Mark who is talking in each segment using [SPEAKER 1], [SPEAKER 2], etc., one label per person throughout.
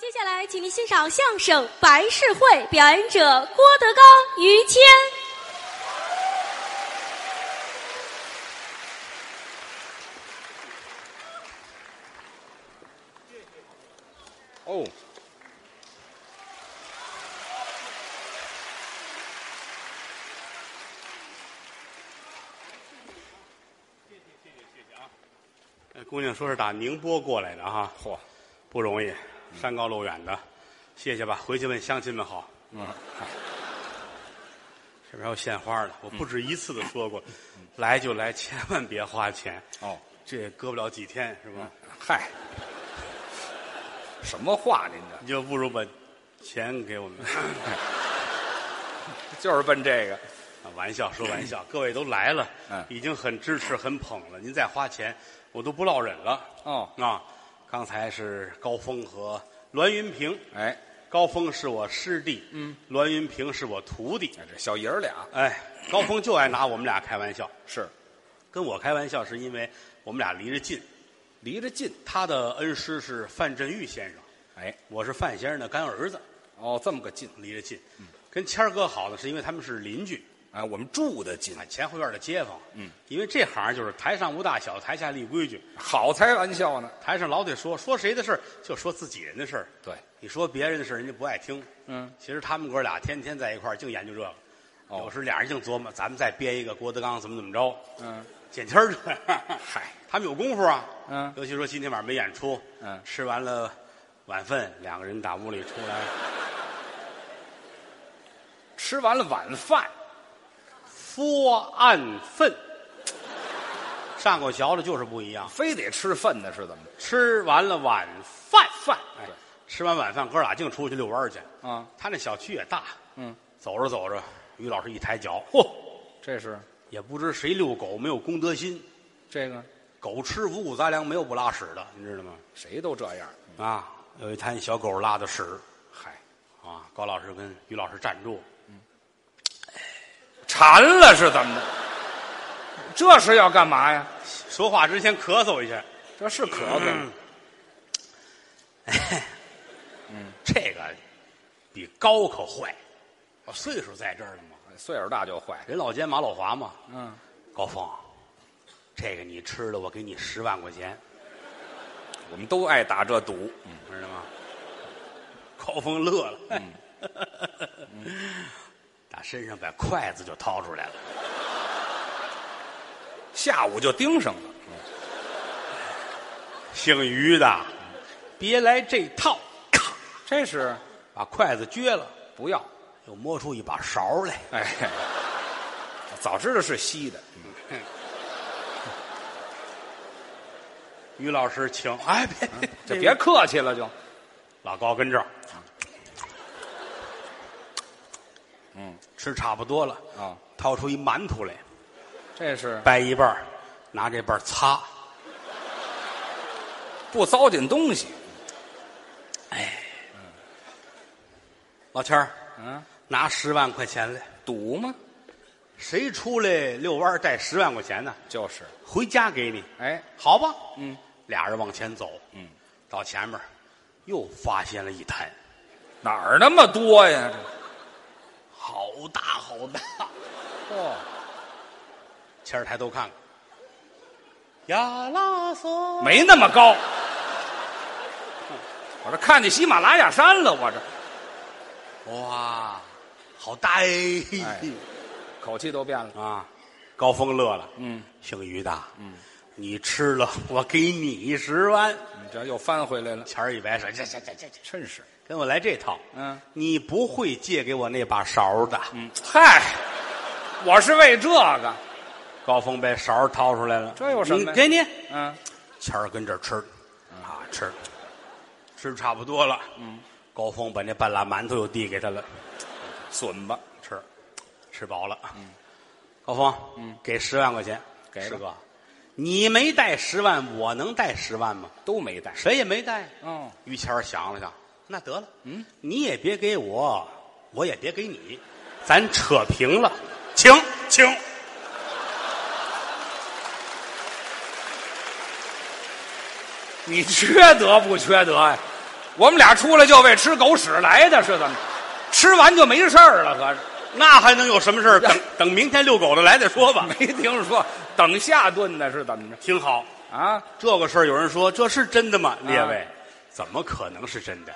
[SPEAKER 1] 接下来，请您欣赏相声《白事会》，表演者郭德纲、于谦。
[SPEAKER 2] 哦，
[SPEAKER 3] 啊
[SPEAKER 2] 呃
[SPEAKER 3] 哎
[SPEAKER 2] 姑娘说是打宁波过来的啊，嚯，不容易，山高路远的，谢谢吧，回去问乡亲们好。
[SPEAKER 3] 嗯，
[SPEAKER 2] 这边还有献花的，我
[SPEAKER 3] 嗯
[SPEAKER 2] 不止一次的说过，来就来，千万别花钱，
[SPEAKER 3] 哦，
[SPEAKER 2] 这也搁不了几天，是
[SPEAKER 3] 嗯
[SPEAKER 2] 吧？
[SPEAKER 3] 嗨，什么话您
[SPEAKER 2] 你就不如把钱给 我们。
[SPEAKER 3] 这就是奔这个，
[SPEAKER 2] 啊，玩笑说玩笑，各位都来了，
[SPEAKER 3] 嗯
[SPEAKER 2] 已经很支持、很捧了。您再花钱，我都不落忍了。
[SPEAKER 3] 哦
[SPEAKER 2] 啊，刚才是高峰和栾云平，
[SPEAKER 3] 哎，
[SPEAKER 2] 高峰是我师弟，嗯，栾云平是我徒弟。
[SPEAKER 3] 这小爷儿俩
[SPEAKER 2] 哎，高峰就爱拿我们俩开玩笑，
[SPEAKER 3] 是
[SPEAKER 2] 跟我开玩笑是因为我们俩离着近。
[SPEAKER 3] 离着近，
[SPEAKER 2] 他的恩师是范振钰先生，
[SPEAKER 3] 哎，
[SPEAKER 2] 我是范先生的干儿子，
[SPEAKER 3] 哦，这么个近，
[SPEAKER 2] 离着近。跟谦儿哥好呢，是因为他们是邻居。
[SPEAKER 3] 哎，我们住的近，
[SPEAKER 2] 哎，前后院的街坊，嗯，因为这行就是台上无大小，台下立规矩，
[SPEAKER 3] 好才玩笑呢，
[SPEAKER 2] 台上老得说说谁的事儿，就说自己人的事儿。
[SPEAKER 3] 对，
[SPEAKER 2] 你说别人的事儿，人家不爱听。
[SPEAKER 3] 嗯，
[SPEAKER 2] 其实他们哥俩天天在一块儿，净研究这个。
[SPEAKER 3] 哦
[SPEAKER 2] 有时俩人净琢磨，咱们再编一个郭德纲怎么怎么着，
[SPEAKER 3] 嗯，
[SPEAKER 2] 见天儿就。
[SPEAKER 3] 嗨，
[SPEAKER 2] 他们有功夫啊。
[SPEAKER 3] 嗯
[SPEAKER 2] 尤其说今天晚上没演出，
[SPEAKER 3] 嗯
[SPEAKER 2] 吃完了晚饭，两个人打屋里出 来，
[SPEAKER 3] 吃完了晚饭，
[SPEAKER 2] 佛案粪。上过学了就是不一样，
[SPEAKER 3] 非得吃饭呢，是怎么着？
[SPEAKER 2] 吃完了晚饭，
[SPEAKER 3] 饭
[SPEAKER 2] 哎
[SPEAKER 3] 对，
[SPEAKER 2] 吃完晚饭，哥俩净出去遛弯儿去。
[SPEAKER 3] 啊，
[SPEAKER 2] 他那小区也大，
[SPEAKER 3] 嗯，
[SPEAKER 2] 走着走着，于老师一抬脚，嚯，
[SPEAKER 3] 这是
[SPEAKER 2] 也不知谁遛狗没有公德心，
[SPEAKER 3] 这个
[SPEAKER 2] 狗吃五谷杂粮没有不拉屎的，你知道吗？
[SPEAKER 3] 谁都这样，
[SPEAKER 2] 啊，有一滩小狗拉的屎，
[SPEAKER 3] 嗨，
[SPEAKER 2] 啊，高老师跟于老师站住，
[SPEAKER 3] 馋了是怎么的？这是要干嘛呀？
[SPEAKER 2] 说话之前咳嗽一下，
[SPEAKER 3] 这是咳嗽，
[SPEAKER 2] 嗯这个比高可坏，我岁数在这儿了嘛，
[SPEAKER 3] 岁数大就坏，
[SPEAKER 2] 人老奸马老滑嘛，
[SPEAKER 3] 嗯，
[SPEAKER 2] 高峰，这个你吃了，我给你十万块钱。
[SPEAKER 3] 我们都爱打这赌，
[SPEAKER 2] 知道吗？高峰乐了， 打身上把筷子就掏出来了。
[SPEAKER 3] 下午就盯上了。
[SPEAKER 2] 姓于的，别来这套，咔
[SPEAKER 3] 这是
[SPEAKER 2] 把筷子撅了，
[SPEAKER 3] 不要，
[SPEAKER 2] 又摸出一把勺来。
[SPEAKER 3] 哎，早知道是稀的，
[SPEAKER 2] 于老师，请，哎，别，
[SPEAKER 3] 就别客气了就，
[SPEAKER 2] 老高跟这儿，嗯，吃差不多了
[SPEAKER 3] 啊
[SPEAKER 2] 掏出一馒头来，
[SPEAKER 3] 这是
[SPEAKER 2] 掰一半儿，拿这半儿擦，
[SPEAKER 3] 不糟践东西。
[SPEAKER 2] 老千儿
[SPEAKER 3] 嗯，
[SPEAKER 2] 拿十万块钱来。
[SPEAKER 3] 赌吗？
[SPEAKER 2] 谁出来遛弯儿带十万块钱呢？
[SPEAKER 3] 就是，
[SPEAKER 2] 回家给你，
[SPEAKER 3] 哎，
[SPEAKER 2] 好吧？
[SPEAKER 3] 嗯，
[SPEAKER 2] 俩人往前走，嗯，到前面儿又发现了一滩，
[SPEAKER 3] 哪儿那么多呀？
[SPEAKER 2] 好大好大。
[SPEAKER 3] 这哦，
[SPEAKER 2] 前儿抬头看看，呀啦嗦，
[SPEAKER 3] 没那么高。我这看见喜马拉雅山了，我这
[SPEAKER 2] 哇，好大哎！
[SPEAKER 3] 哎口气都变了。
[SPEAKER 2] 啊，高峰乐了，
[SPEAKER 3] 嗯，
[SPEAKER 2] 姓于的，嗯，你吃了，我给你十万。
[SPEAKER 3] 你嗯这又翻回来了，
[SPEAKER 2] 前儿一摆手，这这这这这，
[SPEAKER 3] 真是。
[SPEAKER 2] 跟我来这套，
[SPEAKER 3] 嗯，
[SPEAKER 2] 你不会借给我那把勺的，嗯。
[SPEAKER 3] 嗯，嗨，我是为这个，
[SPEAKER 2] 高峰把勺掏出来了，
[SPEAKER 3] 这有什么呀
[SPEAKER 2] 你给你，
[SPEAKER 3] 嗯，
[SPEAKER 2] 钱儿跟这儿吃，啊，吃，吃差不多了。嗯，高峰把那半拉馒头又递给他了，
[SPEAKER 3] 损吧，
[SPEAKER 2] 吃，吃饱了。嗯，高峰，嗯，给十万块钱，
[SPEAKER 3] 给吧
[SPEAKER 2] 师哥，你没带十万，我能带十万吗？
[SPEAKER 3] 都没带。
[SPEAKER 2] 谁也没带。
[SPEAKER 3] 哦，
[SPEAKER 2] 于谦儿想了想，那得了，嗯，你也别给我，我也别给你，咱扯平了，请请。
[SPEAKER 3] 你缺德不缺德呀？我们俩出来就为吃狗屎来的，是怎么？吃完就没事儿了，合着
[SPEAKER 2] 那还能有什 么事儿？等等，明天遛狗的来再说吧。
[SPEAKER 3] 没听说等下顿的是怎么着
[SPEAKER 2] 挺好，
[SPEAKER 3] 啊？
[SPEAKER 2] 这个事儿有人说这是真的吗？列位，怎么可能是真的？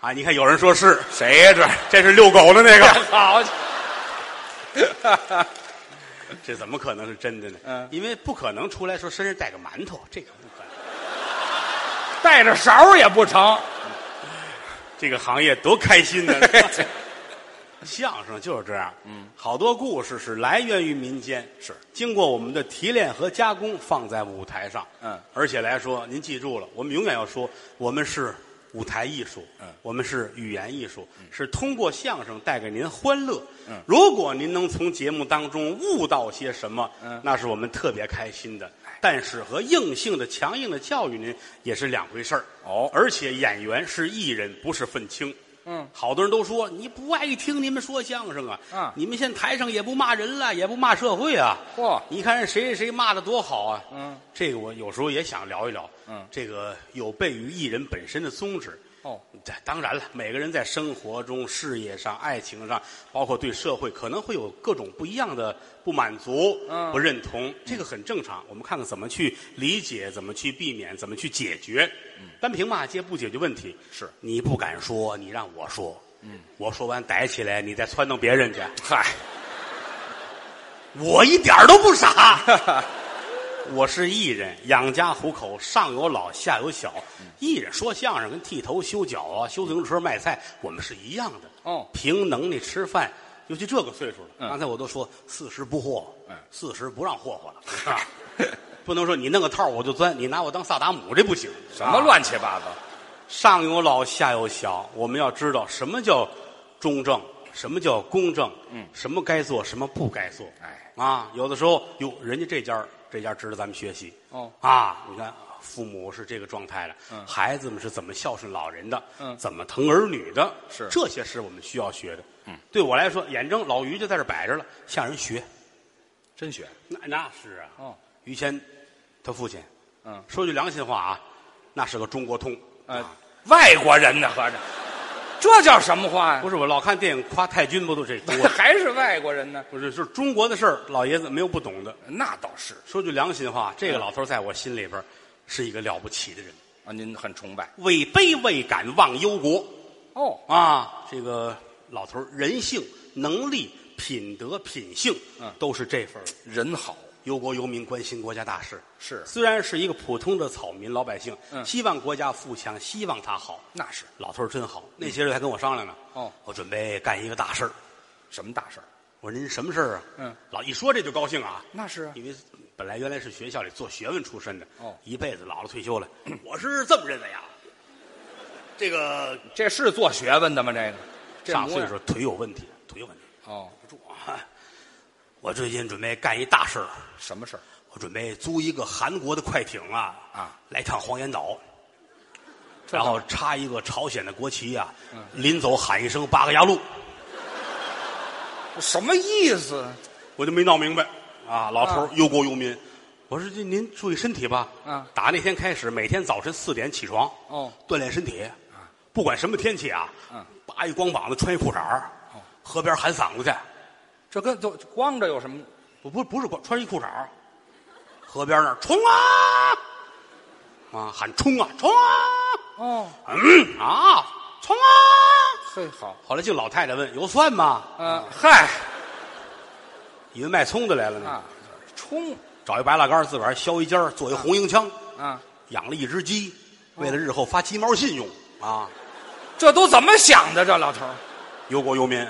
[SPEAKER 2] 啊，你看有人说是，
[SPEAKER 3] 谁呀、
[SPEAKER 2] 这是遛狗的那
[SPEAKER 3] 这？
[SPEAKER 2] 个，
[SPEAKER 3] 好家伙，
[SPEAKER 2] 这怎么可能是真的呢？
[SPEAKER 3] 嗯
[SPEAKER 2] 因为不可能出来说身上带个馒头，这个不可能。
[SPEAKER 3] 带着勺儿也不成。
[SPEAKER 2] 这个行业多开 心呢！相声就是这样，嗯，好多故事是来源于民间，是经过我们的提炼和加工，放在舞台上，
[SPEAKER 3] 嗯，
[SPEAKER 2] 而且来说，您记住了，我们永远要说，我们是舞台艺术，
[SPEAKER 3] 嗯
[SPEAKER 2] 我们是语言艺术，是通过相声带给您欢乐，嗯，如果您能从节目当中悟到些什么，
[SPEAKER 3] 嗯哎
[SPEAKER 2] 那是我们特别开心的。但是和硬性的、强硬的教育您也是两回事儿，
[SPEAKER 3] 哦
[SPEAKER 2] 而且演员是艺人，不是愤青。
[SPEAKER 3] 嗯，
[SPEAKER 2] 好多人都说你不爱听你们说相声啊，
[SPEAKER 3] 啊
[SPEAKER 2] 你们现在台上也不骂人了，也不骂社会啊。
[SPEAKER 3] 嚯
[SPEAKER 2] 你看人谁谁谁骂的多好啊。
[SPEAKER 3] 嗯，
[SPEAKER 2] 这个我有时候也想聊一聊。
[SPEAKER 3] 嗯
[SPEAKER 2] 这个有悖于艺人本身的宗旨。
[SPEAKER 3] 哦，
[SPEAKER 2] 这当然了，每个人在生活中、事业上、爱情上，包括对社会，可能会有各种不一样的不满足、
[SPEAKER 3] 嗯
[SPEAKER 2] 不认同，这个很正常。我们看看怎么去理解，怎么去避免，怎么去解决。单凭骂街不解决问题，
[SPEAKER 3] 嗯是
[SPEAKER 2] 你不敢说，你让我说，嗯，我说完逮起来，你再撺弄别人去，
[SPEAKER 3] 嗨，
[SPEAKER 2] 我一点儿都 不傻。我是艺人，养家糊口，上有老下有小。
[SPEAKER 3] 嗯
[SPEAKER 2] 艺人说相声跟剃头、修脚啊、修自行车、卖菜，我们是一样的。
[SPEAKER 3] 哦
[SPEAKER 2] 凭能力吃饭，尤其这个岁数了。
[SPEAKER 3] 嗯
[SPEAKER 2] 刚才我都说四十不惑，
[SPEAKER 3] 嗯
[SPEAKER 2] 四十不让霍 霍了，是吧？不能说你弄个套儿我就钻，你拿我当萨达姆，这不行。
[SPEAKER 3] 什么
[SPEAKER 2] 啊
[SPEAKER 3] 乱七八糟？
[SPEAKER 2] 上有老，下有小，我们要知道什么叫中正，什么叫公正，嗯，什么该做，什么不该做。
[SPEAKER 3] 哎，
[SPEAKER 2] 啊，有的时候哟，人家这家儿这家儿值得咱们学习。
[SPEAKER 3] 哦
[SPEAKER 2] 啊，你看父母是这个状态的，孩子们是怎么孝顺老人的，
[SPEAKER 3] 嗯
[SPEAKER 2] 怎么疼儿女的，
[SPEAKER 3] 是
[SPEAKER 2] 这些是我们需要学的。嗯，对我来说，眼睁老于就在这摆着了，向人学。
[SPEAKER 3] 真选，
[SPEAKER 2] 那那是啊，
[SPEAKER 3] 哦
[SPEAKER 2] 于谦，他父亲，
[SPEAKER 3] 嗯，
[SPEAKER 2] 说句良心话啊，那是个中国通。
[SPEAKER 3] 呃
[SPEAKER 2] 啊，
[SPEAKER 3] 外国人呢，合着，这叫什么话呀、
[SPEAKER 2] 不是我老看电影夸太君，不都这 多？
[SPEAKER 3] 还是外国人呢？
[SPEAKER 2] 不是，就是中国的事儿，老爷子没有不懂的。
[SPEAKER 3] 那倒是
[SPEAKER 2] 说句良心话，啊
[SPEAKER 3] 嗯
[SPEAKER 2] 这个老头儿在我心里边儿是一个了不起的人，
[SPEAKER 3] 啊，您很崇拜
[SPEAKER 2] 位卑未敢忘忧国
[SPEAKER 3] 哦，
[SPEAKER 2] 啊！这个老头儿人性、能力、品德、品性，
[SPEAKER 3] 嗯
[SPEAKER 2] 都是这份儿的
[SPEAKER 3] 人好
[SPEAKER 2] 忧国忧民，关心国家大事。
[SPEAKER 3] 是
[SPEAKER 2] 虽然是一个普通的草民老百姓，
[SPEAKER 3] 嗯
[SPEAKER 2] 希望国家富强，希望他好。
[SPEAKER 3] 那是
[SPEAKER 2] 老头儿真好，那些人还跟我商量呢。
[SPEAKER 3] 嗯哦，
[SPEAKER 2] 我准备干一个大事儿。
[SPEAKER 3] 什么大事儿？
[SPEAKER 2] 我说您什么事儿啊？
[SPEAKER 3] 嗯，
[SPEAKER 2] 老一说这就高兴啊。
[SPEAKER 3] 那是啊
[SPEAKER 2] 因为本来原来是学校里做学问出身的，
[SPEAKER 3] 哦
[SPEAKER 2] 一辈子老了退休了，我是这么认为啊。这个
[SPEAKER 3] 这是做学问的吗？这个这
[SPEAKER 2] 上
[SPEAKER 3] 模
[SPEAKER 2] 岁
[SPEAKER 3] 样
[SPEAKER 2] 数腿有问题，腿有问题，
[SPEAKER 3] 哦，
[SPEAKER 2] 不住啊。我最近准备干一大事儿，
[SPEAKER 3] 什么事儿？
[SPEAKER 2] 我准备租一个韩国的快艇啊
[SPEAKER 3] 啊，
[SPEAKER 2] 来趟黄岩岛，
[SPEAKER 3] 这嗯
[SPEAKER 2] 然后插一个朝鲜的国旗啊，临走喊一声八个牙路，
[SPEAKER 3] 什么意思？
[SPEAKER 2] 我就没闹明白啊。老头儿忧国忧民，我说这您注意身体吧。
[SPEAKER 3] 啊
[SPEAKER 2] 打那天开始，每天早晨四点起床，
[SPEAKER 3] 哦，啊
[SPEAKER 2] 锻炼身体，不管什么天气啊，
[SPEAKER 3] 嗯，
[SPEAKER 2] 扒一光膀子，穿一裤衩儿，
[SPEAKER 3] 哦
[SPEAKER 2] 河边喊嗓子去。
[SPEAKER 3] 这跟就光着有什么？
[SPEAKER 2] 不不不是光穿一裤衩儿河边那儿冲啊啊喊冲啊冲啊
[SPEAKER 3] 哦，
[SPEAKER 2] 嗯啊冲啊！
[SPEAKER 3] 嘿，好，
[SPEAKER 2] 后来就老太太问有蒜吗？
[SPEAKER 3] 呃，嗨
[SPEAKER 2] 以为卖葱的来了呢，
[SPEAKER 3] 啊，冲
[SPEAKER 2] 找一白蜡杆儿自个儿削一尖儿做一红缨枪。
[SPEAKER 3] 啊，
[SPEAKER 2] 养了一只鸡，为了日后发鸡毛信用啊，
[SPEAKER 3] 这都怎么想的？这老头儿
[SPEAKER 2] 忧国忧民。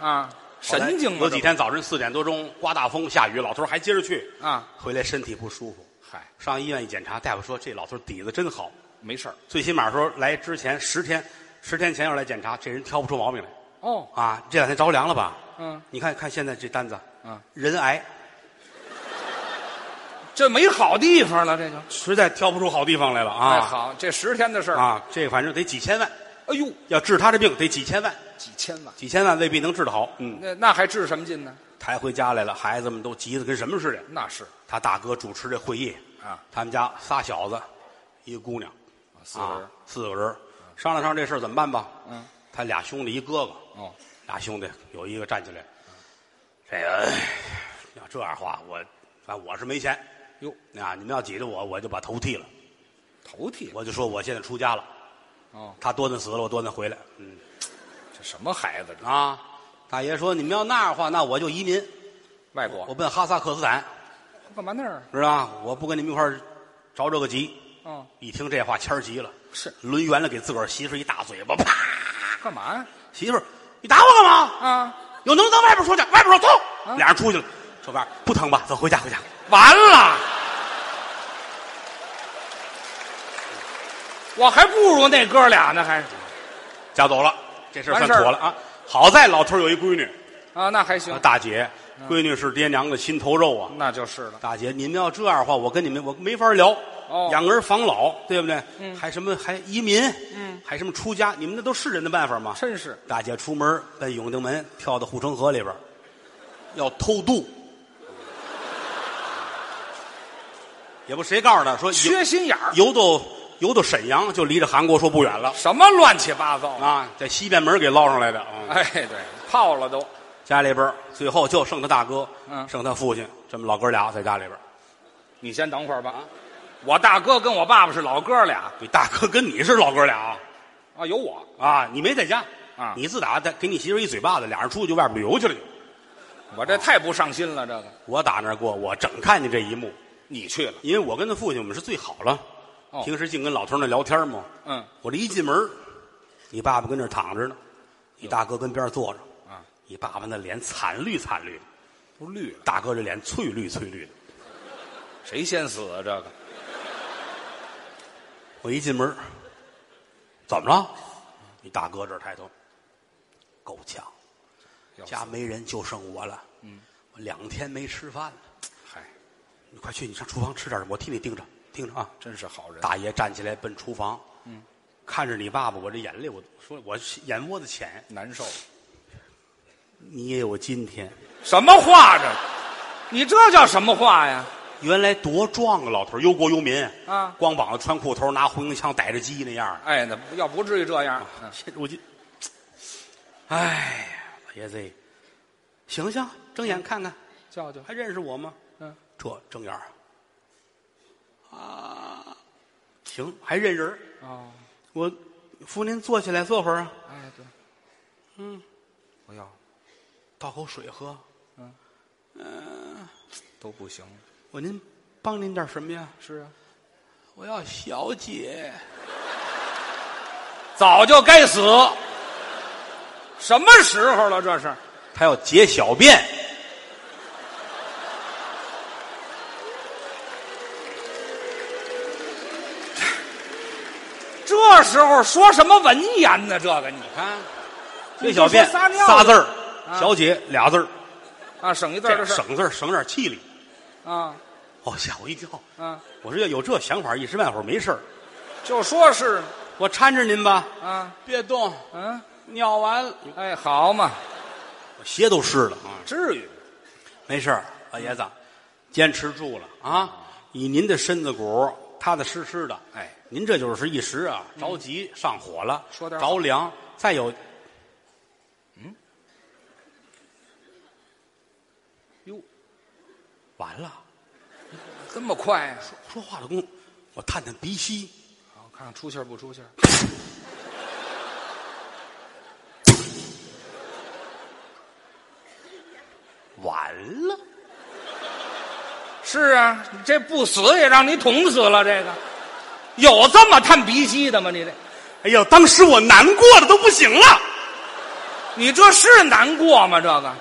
[SPEAKER 3] 啊，神经啊
[SPEAKER 2] 有几天早晨四点多钟，刮大风下雨，老头儿还接着去
[SPEAKER 3] 这，啊，
[SPEAKER 2] 回来身体不舒服，
[SPEAKER 3] 嗨，
[SPEAKER 2] 上医院一检查，大夫说这老头儿底子真好，
[SPEAKER 3] 没事儿
[SPEAKER 2] 最起码说来之前十天，十天前要来检查，这人挑不出毛病来
[SPEAKER 3] 哦，
[SPEAKER 2] 啊。这两天着凉了吧？
[SPEAKER 3] 嗯，
[SPEAKER 2] 你看看现在这单子，
[SPEAKER 3] 嗯，
[SPEAKER 2] 人癌
[SPEAKER 3] 这没好地方了，这个
[SPEAKER 2] 实在挑不出好地方来了
[SPEAKER 3] 哎，
[SPEAKER 2] 啊
[SPEAKER 3] 好，这十天的事儿，
[SPEAKER 2] 啊，这反正得几千万，
[SPEAKER 3] 哎呦，
[SPEAKER 2] 要治他这病得几千万，
[SPEAKER 3] 几千万，
[SPEAKER 2] 几千万未必能治得好。嗯，
[SPEAKER 3] 那那还治什么劲呢？
[SPEAKER 2] 抬回家来了，孩子们都急得跟什么似的。
[SPEAKER 3] 那是
[SPEAKER 2] 他大哥主持这会议
[SPEAKER 3] 啊，
[SPEAKER 2] 他们家仨小子，一个姑娘，
[SPEAKER 3] 四个人
[SPEAKER 2] 啊啊，四个人，商量商量这事儿怎么办吧。
[SPEAKER 3] 嗯，
[SPEAKER 2] 他俩兄弟一哥哥，
[SPEAKER 3] 哦，
[SPEAKER 2] 俩兄弟有一个站起来，这个要这样话，我反正我是没钱
[SPEAKER 3] 哟，
[SPEAKER 2] 啊，你们要挤兑我，我就把头剃了，
[SPEAKER 3] 头剃
[SPEAKER 2] 我就说我现在出家了。
[SPEAKER 3] 哦，
[SPEAKER 2] 他多顿死了，我多顿回来。嗯
[SPEAKER 3] 这什么孩子？这
[SPEAKER 2] 啊，大爷说你们要那样的话，那我就移民，
[SPEAKER 3] 外国
[SPEAKER 2] 我奔哈萨克斯坦，
[SPEAKER 3] 干嘛那儿？
[SPEAKER 2] 知道吧？我不跟你们一块儿着这个急。
[SPEAKER 3] 哦，
[SPEAKER 2] 一听这话，谦儿急了，
[SPEAKER 3] 是
[SPEAKER 2] 抡圆了给自个儿媳妇儿一大嘴巴，啪！
[SPEAKER 3] 干嘛呀？
[SPEAKER 2] 媳妇儿，你打我干嘛？
[SPEAKER 3] 啊，
[SPEAKER 2] 有能耐到外边说去，外边说走。
[SPEAKER 3] 啊
[SPEAKER 2] 俩人出去了，这玩意儿不疼吧？走，回家回家。
[SPEAKER 3] 完了，我还不如那哥俩呢，还是
[SPEAKER 2] 家走了，这事儿
[SPEAKER 3] 完
[SPEAKER 2] 算
[SPEAKER 3] 事儿
[SPEAKER 2] 妥了啊。好在老头儿有一闺女，
[SPEAKER 3] 啊，那还行，
[SPEAKER 2] 大姐，
[SPEAKER 3] 嗯
[SPEAKER 2] 闺女是爹娘的心头肉啊。
[SPEAKER 3] 那就是了。
[SPEAKER 2] 大姐，你们要这样的话，我跟你们我没法聊。
[SPEAKER 3] 哦嗯
[SPEAKER 2] 养儿防老，对不对？还什么还移民？嗯，还什么出家？你们那都是人的办法吗？
[SPEAKER 3] 真是
[SPEAKER 2] 大姐出门奔永定门，跳到护城河里边儿，要偷渡。也不谁告诉她说游
[SPEAKER 3] 缺心眼儿，
[SPEAKER 2] 游到游到沈阳就离着韩国说不远了
[SPEAKER 3] 什么乱七八糟啊！
[SPEAKER 2] 啊，在西边门给捞上来的。嗯
[SPEAKER 3] 哎，对，泡了都，
[SPEAKER 2] 家里边儿最后就剩他大哥，
[SPEAKER 3] 嗯
[SPEAKER 2] 剩他父亲，这么老哥俩在家里边儿。
[SPEAKER 3] 你先等会儿吧。啊，我大哥跟我爸爸是老哥俩
[SPEAKER 2] 你大哥跟你是老哥俩啊
[SPEAKER 3] 啊，有我
[SPEAKER 2] 啊，你没在家
[SPEAKER 3] 啊
[SPEAKER 2] 你自打他给你媳妇一嘴巴子，俩人出去就外边旅游去了就。
[SPEAKER 3] 我这太不上心了，这个
[SPEAKER 2] 我打那儿过，我整看见这一幕，
[SPEAKER 3] 你去了，
[SPEAKER 2] 因为我跟他父亲我们是最好了，
[SPEAKER 3] 哦
[SPEAKER 2] 平时净跟老头儿那聊天嘛。
[SPEAKER 3] 嗯，
[SPEAKER 2] 我这一进门儿，你爸爸跟那儿躺着呢，你大哥跟边儿坐着，
[SPEAKER 3] 啊，
[SPEAKER 2] 你爸爸那脸惨绿惨绿的，
[SPEAKER 3] 不是绿了，
[SPEAKER 2] 大哥这脸翠绿翠绿的。
[SPEAKER 3] 谁先死啊？这个
[SPEAKER 2] 我一进门儿，怎么了？你大哥这儿抬头，够呛，
[SPEAKER 3] 要死
[SPEAKER 2] 家没人就剩我了。嗯，我两天没吃饭了，
[SPEAKER 3] 嗨，
[SPEAKER 2] 你快去，你上厨房吃点儿，我替你盯着盯着啊。
[SPEAKER 3] 真是好人，
[SPEAKER 2] 大爷站起来奔厨房，嗯，看着你爸爸，我这眼泪，我说我眼窝子浅，
[SPEAKER 3] 难受。
[SPEAKER 2] 你也有今天。
[SPEAKER 3] 什么话这？你这叫什么话呀？
[SPEAKER 2] 原来多壮啊，老头儿忧国忧民
[SPEAKER 3] 啊
[SPEAKER 2] 光膀子穿裤头，拿红缨枪逮着鸡那样儿。
[SPEAKER 3] 哎，那不要不至于这样。 嗯
[SPEAKER 2] 现如今，哎呀，老爷子，醒醒，睁
[SPEAKER 3] 嗯
[SPEAKER 2] 眼看看，
[SPEAKER 3] 叫叫，
[SPEAKER 2] 还认识我吗？
[SPEAKER 3] 嗯，
[SPEAKER 2] 这睁眼儿啊，行，还认人儿。
[SPEAKER 3] 哦，
[SPEAKER 2] 我扶您坐起来坐会儿啊，
[SPEAKER 3] 哎，对，嗯，嗯哎不要，
[SPEAKER 2] 倒口水喝。
[SPEAKER 3] 都不行。
[SPEAKER 2] 我您帮您点什么呀？
[SPEAKER 3] 是啊，
[SPEAKER 2] 我要小姐。
[SPEAKER 3] 早就该死。什么时候了？这是
[SPEAKER 2] 他要解小便。
[SPEAKER 3] 这时候说什么文言呢？这个你
[SPEAKER 2] 看，
[SPEAKER 3] 你
[SPEAKER 2] 解
[SPEAKER 3] 就
[SPEAKER 2] 小便
[SPEAKER 3] 说撒尿
[SPEAKER 2] 仨字儿，
[SPEAKER 3] 啊
[SPEAKER 2] 小姐俩字儿，
[SPEAKER 3] 啊，省一字
[SPEAKER 2] 这
[SPEAKER 3] 儿
[SPEAKER 2] 样
[SPEAKER 3] 的事
[SPEAKER 2] 省字儿省点气力。
[SPEAKER 3] 啊
[SPEAKER 2] 哦，吓我一跳！
[SPEAKER 3] 啊，
[SPEAKER 2] 我说要有这想法，一时半会儿没事儿。
[SPEAKER 3] 就说是
[SPEAKER 2] 我搀着您吧，
[SPEAKER 3] 啊，
[SPEAKER 2] 别动，
[SPEAKER 3] 嗯、
[SPEAKER 2] 尿完了，
[SPEAKER 3] 哎，好嘛，
[SPEAKER 2] 我鞋都湿了啊。
[SPEAKER 3] 至于
[SPEAKER 2] 没事儿，老爷子，坚持住了啊！以您的身子骨，踏踏实实的。
[SPEAKER 3] 哎，
[SPEAKER 2] 您这就是一时啊，着急上火了，
[SPEAKER 3] 说点好
[SPEAKER 2] 着凉。再有，
[SPEAKER 3] 哟，
[SPEAKER 2] 完了，
[SPEAKER 3] 这么快呀、
[SPEAKER 2] 说话的功夫，我探探鼻息，
[SPEAKER 3] 好，看看出气儿不出气儿。
[SPEAKER 2] 完了。
[SPEAKER 3] 是啊，你这不死也让你捅死了。这个有这么探鼻息的吗？你这
[SPEAKER 2] 哎呦，当时我难过的都不行了，
[SPEAKER 3] 你这是难过吗？这个啊，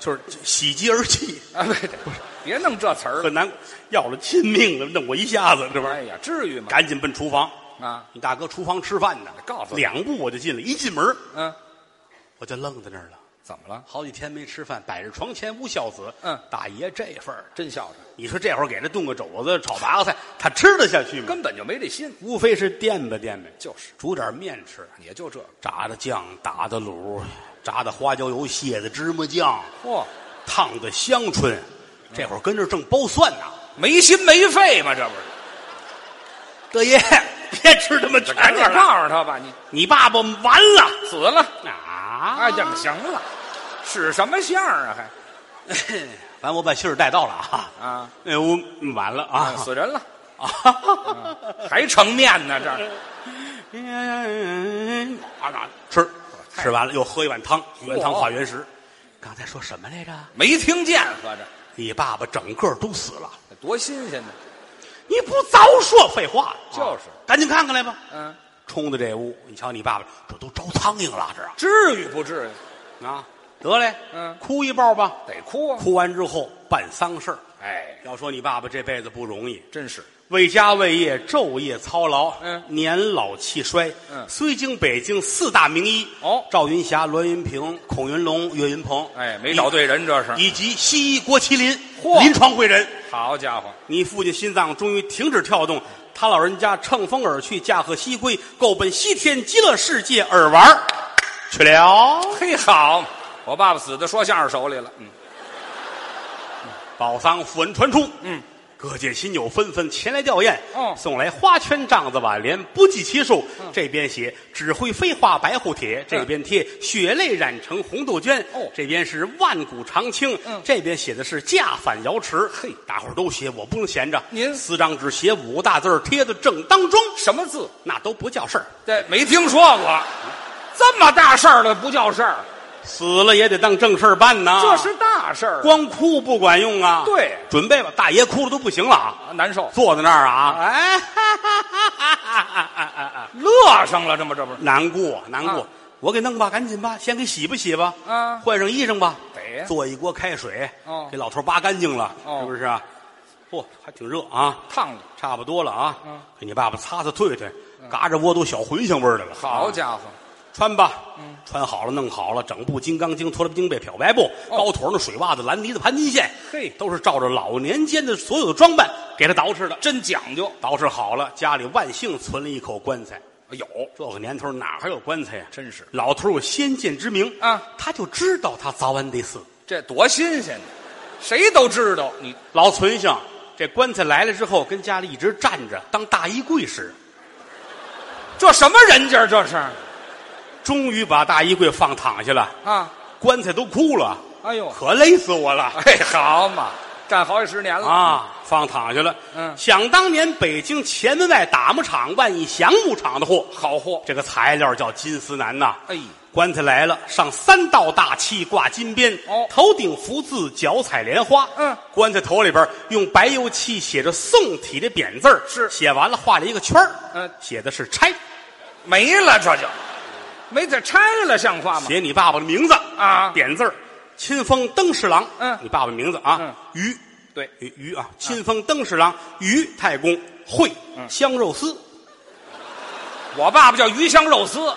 [SPEAKER 2] 就是喜极而泣，
[SPEAKER 3] 不是，不是别弄这词儿。
[SPEAKER 2] 很难，要了亲命了，弄我一下子，这玩意
[SPEAKER 3] 哎呀，
[SPEAKER 2] 儿，
[SPEAKER 3] 至于吗？
[SPEAKER 2] 赶紧奔厨房。
[SPEAKER 3] 啊，
[SPEAKER 2] 你大哥厨房吃饭呢，
[SPEAKER 3] 告诉你
[SPEAKER 2] 两步我就进来，一进门
[SPEAKER 3] 嗯，
[SPEAKER 2] 我就愣在那儿了。
[SPEAKER 3] 怎么了？
[SPEAKER 2] 好几天没吃饭，百日床前无孝子。
[SPEAKER 3] 嗯
[SPEAKER 2] 大爷这份儿，
[SPEAKER 3] 真孝顺，
[SPEAKER 2] 你说这会儿给他炖个肘子、炒八个菜，他吃得下去吗？
[SPEAKER 3] 根本就没这心。
[SPEAKER 2] 无非是垫吧垫吧，
[SPEAKER 3] 就是，
[SPEAKER 2] 煮点面吃，
[SPEAKER 3] 也就这个。
[SPEAKER 2] 炸的酱，打的卤，炸的花椒油，蟹的芝麻酱，
[SPEAKER 3] 嚯、
[SPEAKER 2] 烫的香椿。这会儿跟这儿正剥蒜呢，
[SPEAKER 3] 没心没肺嘛，这不是？
[SPEAKER 2] 德爷，天吃他妈全
[SPEAKER 3] 赶紧
[SPEAKER 2] 了。
[SPEAKER 3] 告诉他吧，你
[SPEAKER 2] 你爸爸完了
[SPEAKER 3] 死了。
[SPEAKER 2] 啊
[SPEAKER 3] 哎呀，行了，使什么相儿啊？还
[SPEAKER 2] 反正我把信儿带到了啊。
[SPEAKER 3] 啊，
[SPEAKER 2] 那屋嗯完了啊
[SPEAKER 3] 死人了，
[SPEAKER 2] 啊！
[SPEAKER 3] 还盛面呢？这儿
[SPEAKER 2] 啊，吃吃完了又喝一碗汤，原汤化原食。刚才说什么来着？
[SPEAKER 3] 没听见，合着
[SPEAKER 2] 你爸爸整个都死了，
[SPEAKER 3] 多新鲜呢！
[SPEAKER 2] 你不早说废话？
[SPEAKER 3] 就是
[SPEAKER 2] 啊赶紧看看来吧。
[SPEAKER 3] 嗯，
[SPEAKER 2] 冲到这屋，你瞧你爸爸，这都招苍蝇了，这啊
[SPEAKER 3] 至于不至于？
[SPEAKER 2] 啊，得嘞，
[SPEAKER 3] 嗯
[SPEAKER 2] 哭一抱吧。
[SPEAKER 3] 得哭啊！
[SPEAKER 2] 哭完之后办丧事儿，
[SPEAKER 3] 哎，
[SPEAKER 2] 要说你爸爸这辈子不容易，
[SPEAKER 3] 真是
[SPEAKER 2] 为家为业昼夜操劳，
[SPEAKER 3] 嗯
[SPEAKER 2] 年老气衰，
[SPEAKER 3] 嗯
[SPEAKER 2] 虽经北京四大名医
[SPEAKER 3] 哦
[SPEAKER 2] 赵云霞、栾云平、孔云龙、岳云鹏，
[SPEAKER 3] 哎，没找对人，这是。
[SPEAKER 2] 以，以及西医郭麒麟
[SPEAKER 3] 嚯
[SPEAKER 2] 临床会诊。
[SPEAKER 3] 好家伙，
[SPEAKER 2] 你父亲心脏终于停止跳动，他老人家乘风而去，驾鹤西归，够奔西天极乐世界而玩儿去了。
[SPEAKER 3] 嘿，好，我爸爸死在说相声手里了。嗯，
[SPEAKER 2] 宝藏符文传出，
[SPEAKER 3] 嗯，
[SPEAKER 2] 各界亲友纷纷前来吊唁，
[SPEAKER 3] 哦嗯
[SPEAKER 2] 送来花圈、帐子、挽联，不计其数。这边写“只会飞花白虎帖”，这边贴“血泪染成红杜鹃”，
[SPEAKER 3] 哦
[SPEAKER 2] 这边是“万古长青”，
[SPEAKER 3] 嗯
[SPEAKER 2] 这边写的是“驾返瑶池”。嘿，大伙儿都写，我不能闲着。
[SPEAKER 3] 您
[SPEAKER 2] 四张纸写五个大字儿贴的正当中，
[SPEAKER 3] 什么字？
[SPEAKER 2] 那都不叫事儿，
[SPEAKER 3] 这没听说过，这么大事儿了不叫事儿，
[SPEAKER 2] 死了也得当正事儿办呐。
[SPEAKER 3] 这是大事儿，啊
[SPEAKER 2] 光哭不管用啊。
[SPEAKER 3] 对
[SPEAKER 2] 准备吧，大爷哭的都不行了啊。
[SPEAKER 3] 啊难受，
[SPEAKER 2] 坐在那儿啊，哎，哈哈哈哈哈哈
[SPEAKER 3] 乐上了，这么这不是
[SPEAKER 2] 难过难过
[SPEAKER 3] 啊，
[SPEAKER 2] 我给弄吧，赶紧吧，先给洗吧洗吧，
[SPEAKER 3] 啊
[SPEAKER 2] 换上衣裳吧，
[SPEAKER 3] 得呀
[SPEAKER 2] 做一锅开水
[SPEAKER 3] 哦，
[SPEAKER 2] 给老头扒干净了，
[SPEAKER 3] 哦
[SPEAKER 2] 是不是啊？嚯，还挺热啊，
[SPEAKER 3] 烫了？
[SPEAKER 2] 差不多了啊
[SPEAKER 3] 嗯，
[SPEAKER 2] 给你爸爸擦擦退退，嘎着窝都小茴香味儿来了，
[SPEAKER 3] 好
[SPEAKER 2] 啊
[SPEAKER 3] 家伙，
[SPEAKER 2] 穿吧，穿好了弄好了，整部《金刚经》、脱了金被、漂白布、
[SPEAKER 3] 哦
[SPEAKER 2] 高腿儿的水袜子、蓝呢子、盘金线，
[SPEAKER 3] 嘿
[SPEAKER 2] 都是照着老年间的所有的装扮给他捯饬的，
[SPEAKER 3] 真讲究，
[SPEAKER 2] 捯饬好了，家里万幸存了一口棺材。
[SPEAKER 3] 有
[SPEAKER 2] 这个年头哪还有棺材呀、
[SPEAKER 3] 哎真是
[SPEAKER 2] 老头有先见之明
[SPEAKER 3] 啊，
[SPEAKER 2] 他就知道他早晚得死。
[SPEAKER 3] 这多新鲜呢，谁都知道你
[SPEAKER 2] 老存性，这棺材来了之后，跟家里一直站着当大衣柜使，
[SPEAKER 3] 这什么人家这是
[SPEAKER 2] 终于把大衣柜放躺下了，
[SPEAKER 3] 啊？
[SPEAKER 2] 棺材都哭了，
[SPEAKER 3] 哎呦，
[SPEAKER 2] 可累死我了。
[SPEAKER 3] 哎，好嘛，站好几十年了，
[SPEAKER 2] 啊，放躺下了。
[SPEAKER 3] 嗯
[SPEAKER 2] 想当年北京前门外打木厂万义祥木厂的货，
[SPEAKER 3] 好货，
[SPEAKER 2] 这个材料叫金丝楠呐。
[SPEAKER 3] 哎，
[SPEAKER 2] 棺材来了，上三道大漆，挂金边，
[SPEAKER 3] 哦
[SPEAKER 2] 头顶福字，脚踩莲花。
[SPEAKER 3] 嗯，
[SPEAKER 2] 棺材头里边用白油漆写着宋体的匾字儿
[SPEAKER 3] 是
[SPEAKER 2] 写完了画了一个圈儿
[SPEAKER 3] 嗯
[SPEAKER 2] 写的是拆，
[SPEAKER 3] 没了这就，没再拆了，像话吗？
[SPEAKER 2] 写你爸爸的名字
[SPEAKER 3] 啊
[SPEAKER 2] 匾字儿清风登侍郎，
[SPEAKER 3] 嗯
[SPEAKER 2] 你爸爸名字啊，
[SPEAKER 3] 嗯
[SPEAKER 2] 于
[SPEAKER 3] 对，
[SPEAKER 2] 于于啊，清风登侍郎于太公会
[SPEAKER 3] 嗯
[SPEAKER 2] 香肉丝
[SPEAKER 3] 我爸爸叫鱼香肉丝，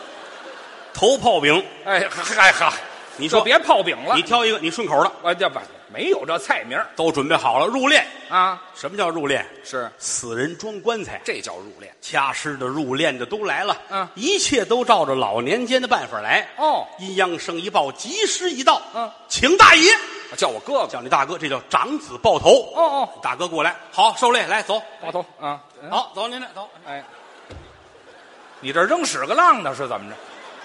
[SPEAKER 2] 头泡饼，
[SPEAKER 3] 哎嗨嗨，
[SPEAKER 2] 你
[SPEAKER 3] 你
[SPEAKER 2] 说
[SPEAKER 3] 别泡饼了
[SPEAKER 2] 你，挑一个你顺口的，
[SPEAKER 3] 我这不没有这菜名儿
[SPEAKER 2] 都准备好了入殓。
[SPEAKER 3] 啊，
[SPEAKER 2] 什么叫入殓？
[SPEAKER 3] 是
[SPEAKER 2] 死人装棺材。
[SPEAKER 3] 这叫入殓
[SPEAKER 2] 掐尸的、入殓的都来了，
[SPEAKER 3] 嗯
[SPEAKER 2] 一切都照着老年间的办法来。
[SPEAKER 3] 哦
[SPEAKER 2] 阴阳生一报，吉时一到，
[SPEAKER 3] 嗯，
[SPEAKER 2] 请大爷，
[SPEAKER 3] 叫我哥哥
[SPEAKER 2] 叫你大哥，这叫长子抱头。哦
[SPEAKER 3] 哦
[SPEAKER 2] 大哥过来，好，受累，来走，
[SPEAKER 3] 抱头啊，嗯
[SPEAKER 2] 好，走您这走。
[SPEAKER 3] 哎，你这扔屎个浪呢是怎么着？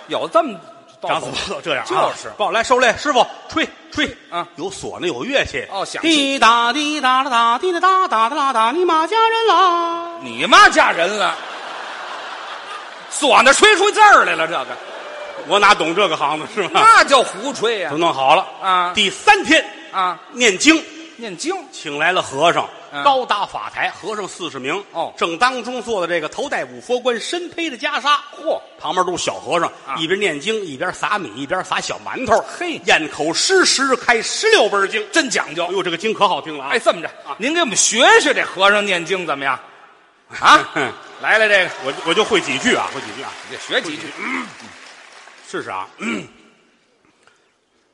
[SPEAKER 3] 有这么抱
[SPEAKER 2] 长
[SPEAKER 3] 头
[SPEAKER 2] 子抱头这样啊，
[SPEAKER 3] 就是
[SPEAKER 2] 抱来受累，师傅吹吹
[SPEAKER 3] 啊，
[SPEAKER 2] 有唢呐，有乐器
[SPEAKER 3] 哦响器
[SPEAKER 2] 滴答滴答啦答滴答答答答啦答，你马家人啦。
[SPEAKER 3] 你妈嫁人了， 唢呐吹出字儿来了，这
[SPEAKER 2] 啊
[SPEAKER 3] 个
[SPEAKER 2] 我哪懂这个行子是吧？
[SPEAKER 3] 那叫胡吹呀
[SPEAKER 2] 都弄好了
[SPEAKER 3] 啊
[SPEAKER 2] 第三天
[SPEAKER 3] 啊！
[SPEAKER 2] 念经。
[SPEAKER 3] 念经
[SPEAKER 2] 请来了和尚，
[SPEAKER 3] 嗯
[SPEAKER 2] 高搭法台，和尚四十名。
[SPEAKER 3] 哦
[SPEAKER 2] 正当中坐的这个头戴五佛冠，身披着袈裟，
[SPEAKER 3] 嚯
[SPEAKER 2] 旁边都是小和尚，
[SPEAKER 3] 啊
[SPEAKER 2] 一边念经一边撒米，一边撒小馒头。
[SPEAKER 3] 嘿
[SPEAKER 2] 咽口湿食开十六本经，
[SPEAKER 3] 真讲
[SPEAKER 2] 哎
[SPEAKER 3] 究。
[SPEAKER 2] 呦，这个经可好听了啊！
[SPEAKER 3] 哎，这么着，您给我们学学这和尚念经怎么样？
[SPEAKER 2] 哼
[SPEAKER 3] 啊，来来这个，
[SPEAKER 2] 我我就会几句啊，会几句啊，
[SPEAKER 3] 你得学几句。
[SPEAKER 2] 试试啊。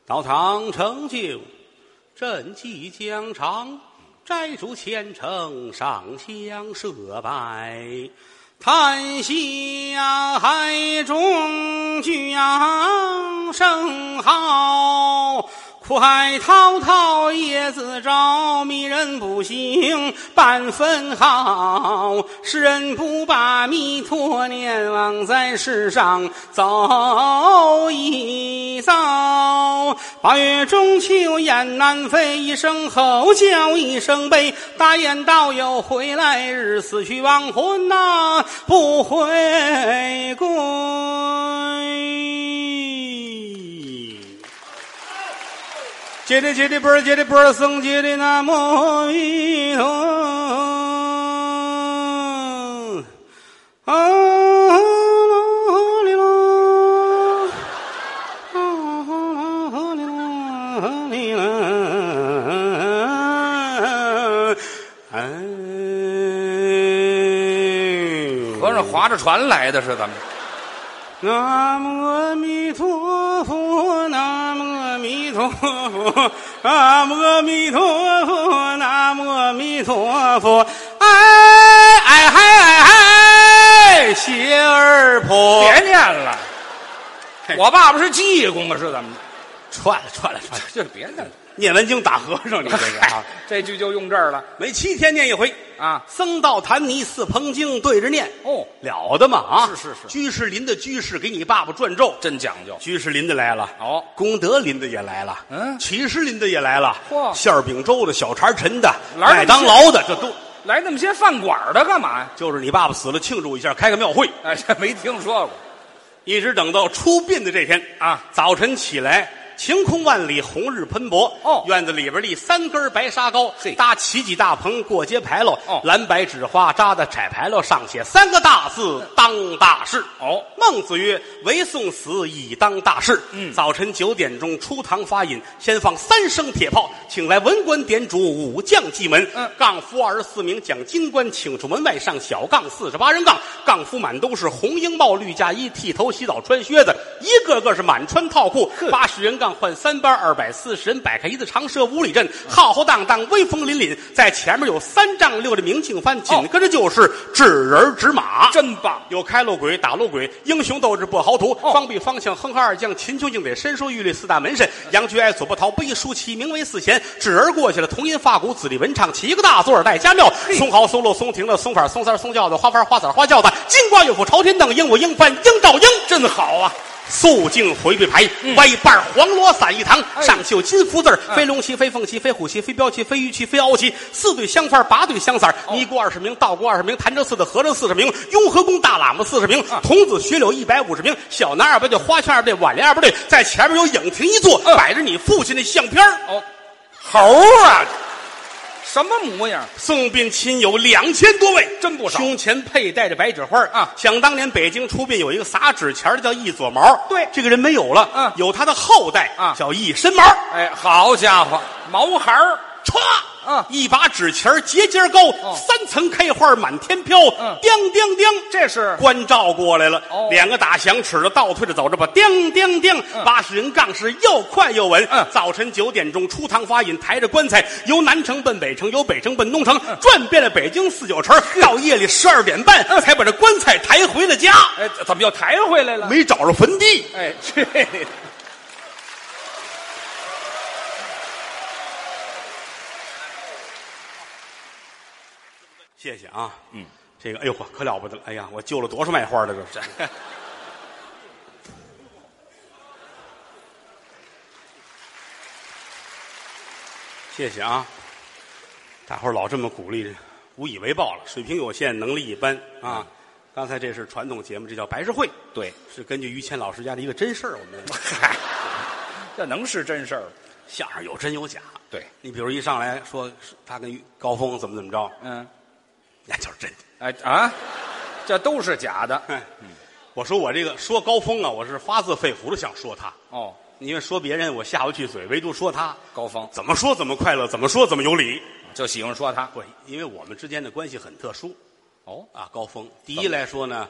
[SPEAKER 2] 导堂成就，赈济疆场，摘竹千乘，上香设拜，叹息啊呀，啊海中巨扬声号，苦海滔滔夜自照，迷人不醒半分好。世人不把弥陀念，枉在世上走一遭。八月中秋雁南飞，一声吼叫一声悲。大雁道有回来日，死去亡魂呐、不回归。接的接的波儿，接的波儿，僧接的南无阿弥陀。啊啦哩啦，啊啦哩啦，啊哩啦，哎。
[SPEAKER 3] 和尚划着船来的是怎么着？
[SPEAKER 2] 南无阿弥陀佛，南无阿弥陀佛，南无阿弥陀佛，南无阿弥陀佛，哎哎嗨哎嗨，鞋儿破，
[SPEAKER 3] 别念了
[SPEAKER 2] 嘿，
[SPEAKER 3] 我爸爸是济公啊，是怎么着？
[SPEAKER 2] 串了串了串了，
[SPEAKER 3] 就别念了，
[SPEAKER 2] 念完经打和尚，你这个啊
[SPEAKER 3] 嗨，这句就用这儿了
[SPEAKER 2] 每七天念一回。
[SPEAKER 3] 啊。
[SPEAKER 2] 僧道坛尼四棚经对着念，
[SPEAKER 3] 哦，
[SPEAKER 2] 了得嘛啊！
[SPEAKER 3] 是是是
[SPEAKER 2] 居士林的居士给你爸爸转咒，
[SPEAKER 3] 真讲究。
[SPEAKER 2] 居士林的来了，
[SPEAKER 3] 哦，
[SPEAKER 2] 功德林的也来了，
[SPEAKER 3] 嗯
[SPEAKER 2] 起士林的也来了，
[SPEAKER 3] 嚯
[SPEAKER 2] 馅儿饼粥的、小茶陈的、
[SPEAKER 3] 哪儿那么
[SPEAKER 2] 麦当劳的，这都
[SPEAKER 3] 来那么些饭馆的干嘛呀？
[SPEAKER 2] 就是你爸爸死了庆祝一下，开个庙会，
[SPEAKER 3] 哎，这没听说过。
[SPEAKER 2] 一直等到出殡的这天
[SPEAKER 3] 啊，
[SPEAKER 2] 早晨起来。晴空万里，红日喷薄。
[SPEAKER 3] 哦
[SPEAKER 2] 院子里边立三根白沙高
[SPEAKER 3] 嘿，
[SPEAKER 2] 搭起几大棚，过街牌楼。
[SPEAKER 3] 哦
[SPEAKER 2] 蓝白纸花扎的彩牌楼上写三个大字：
[SPEAKER 3] 嗯
[SPEAKER 2] 当大事。
[SPEAKER 3] 哦，
[SPEAKER 2] 孟子曰：“唯送死，以当大事。”
[SPEAKER 3] 嗯
[SPEAKER 2] 早晨九点钟出堂发引，先放三声铁炮，请来文官点主，武将祭门。
[SPEAKER 3] 嗯
[SPEAKER 2] 杠夫二十四名，将金官请出门外上小杠四十八人杠，杠夫满都是红缨帽、绿嫁衣、剃头、洗澡、穿靴子，一个个是满穿套裤。八十人杠换三班，二百四十人摆开一字长蛇五里阵，浩浩荡荡，威风凛凛。在前面有三丈六的明庆幡，
[SPEAKER 3] 哦
[SPEAKER 2] 紧跟着就是纸人纸马，
[SPEAKER 3] 真棒！
[SPEAKER 2] 有开路鬼、打路鬼，英雄斗志不豪图，
[SPEAKER 3] 哦
[SPEAKER 2] 方必方向，哼哈二将，秦琼敬得，身书玉立四大门神，杨居爱左不逃，不亦舒淇，名为四贤，指儿过去了，铜音发鼓，子弟文唱，起一个大座儿带家庙，松毫松露松亭子，松法松三松轿子，花幡花伞花轿子，金瓜玉斧朝天凳，鹦鹉鹰翻鹰照鹰，真好啊！嗯肃静回避牌，歪瓣儿黄罗伞一堂，
[SPEAKER 3] 哎
[SPEAKER 2] 上绣金福字儿，飞龙旗、飞凤旗、飞虎旗、飞镖旗、飞鱼旗、飞鳌旗，四对香幡儿，八对香伞儿，
[SPEAKER 3] 哦
[SPEAKER 2] 尼姑二十名，道姑二十名，潭柘寺的和尚四十名，雍和宫大喇嘛四十名，
[SPEAKER 3] 嗯
[SPEAKER 2] 童子学柳一百五十名，小男二百队，花圈二百队，挽联二百队，在前面有影亭一座，摆着你父亲的相片儿
[SPEAKER 3] 哦，嗯猴儿啊，什么模样？
[SPEAKER 2] 送殡亲友两千多位，
[SPEAKER 3] 真不少
[SPEAKER 2] 胸前佩戴着白纸花儿
[SPEAKER 3] 啊
[SPEAKER 2] 想当年北京出殡有一个撒纸钱儿的叫一撮毛，
[SPEAKER 3] 对
[SPEAKER 2] 这个人没有了，
[SPEAKER 3] 嗯
[SPEAKER 2] 有他的后代
[SPEAKER 3] 啊
[SPEAKER 2] 叫一身毛，
[SPEAKER 3] 哎，好家伙，毛孩儿，
[SPEAKER 2] 歘，
[SPEAKER 3] 嗯哦
[SPEAKER 2] 一把纸钱儿节节高，三层开花满天飘，
[SPEAKER 3] 嗯
[SPEAKER 2] 叮叮叮，
[SPEAKER 3] 这是
[SPEAKER 2] 关照过来了，
[SPEAKER 3] 哦
[SPEAKER 2] 两个打响尺的倒退着走着吧，叮叮叮，八十人杠是又快又稳。
[SPEAKER 3] 嗯
[SPEAKER 2] 早晨九点钟出堂发引，抬着棺材由南城奔北城，由北城奔东城，
[SPEAKER 3] 嗯
[SPEAKER 2] 转遍了北京四九城，到夜里十二点半
[SPEAKER 3] 嗯
[SPEAKER 2] 才把这棺材抬回了家，
[SPEAKER 3] 哎，怎么又抬回来了？
[SPEAKER 2] 没找着坟地。
[SPEAKER 3] 哎，去你的！
[SPEAKER 2] 谢谢啊，嗯，这个哎呦呵，可了不得了，哎呀，我救了多少卖花的这是。 谢谢啊，大伙儿老这么鼓励，无以为报了。水平有限，能力一般啊。刚才这是传统节目，这叫白事会，
[SPEAKER 3] 对，
[SPEAKER 2] 是根据于谦老师家的一个真事儿。我们
[SPEAKER 3] 嗨， 这能是真事儿吗？
[SPEAKER 2] 相声有真有假，
[SPEAKER 3] 对，
[SPEAKER 2] 你比如一上来说是他跟于高峰怎么怎么着，
[SPEAKER 3] 嗯，
[SPEAKER 2] 那就是真的。
[SPEAKER 3] 哎啊，这都是假的。
[SPEAKER 2] 哎我说我这个说高峰啊，我是发自肺腑的想说他，
[SPEAKER 3] 哦，
[SPEAKER 2] 因为说别人我下不去嘴，唯独说他，
[SPEAKER 3] 高峰
[SPEAKER 2] 怎么说怎么快乐，怎么说怎么有理。
[SPEAKER 3] 就喜欢说他。
[SPEAKER 2] 不，因为我们之间的关系很特殊
[SPEAKER 3] 哦，
[SPEAKER 2] 啊。高峰，第一来说呢，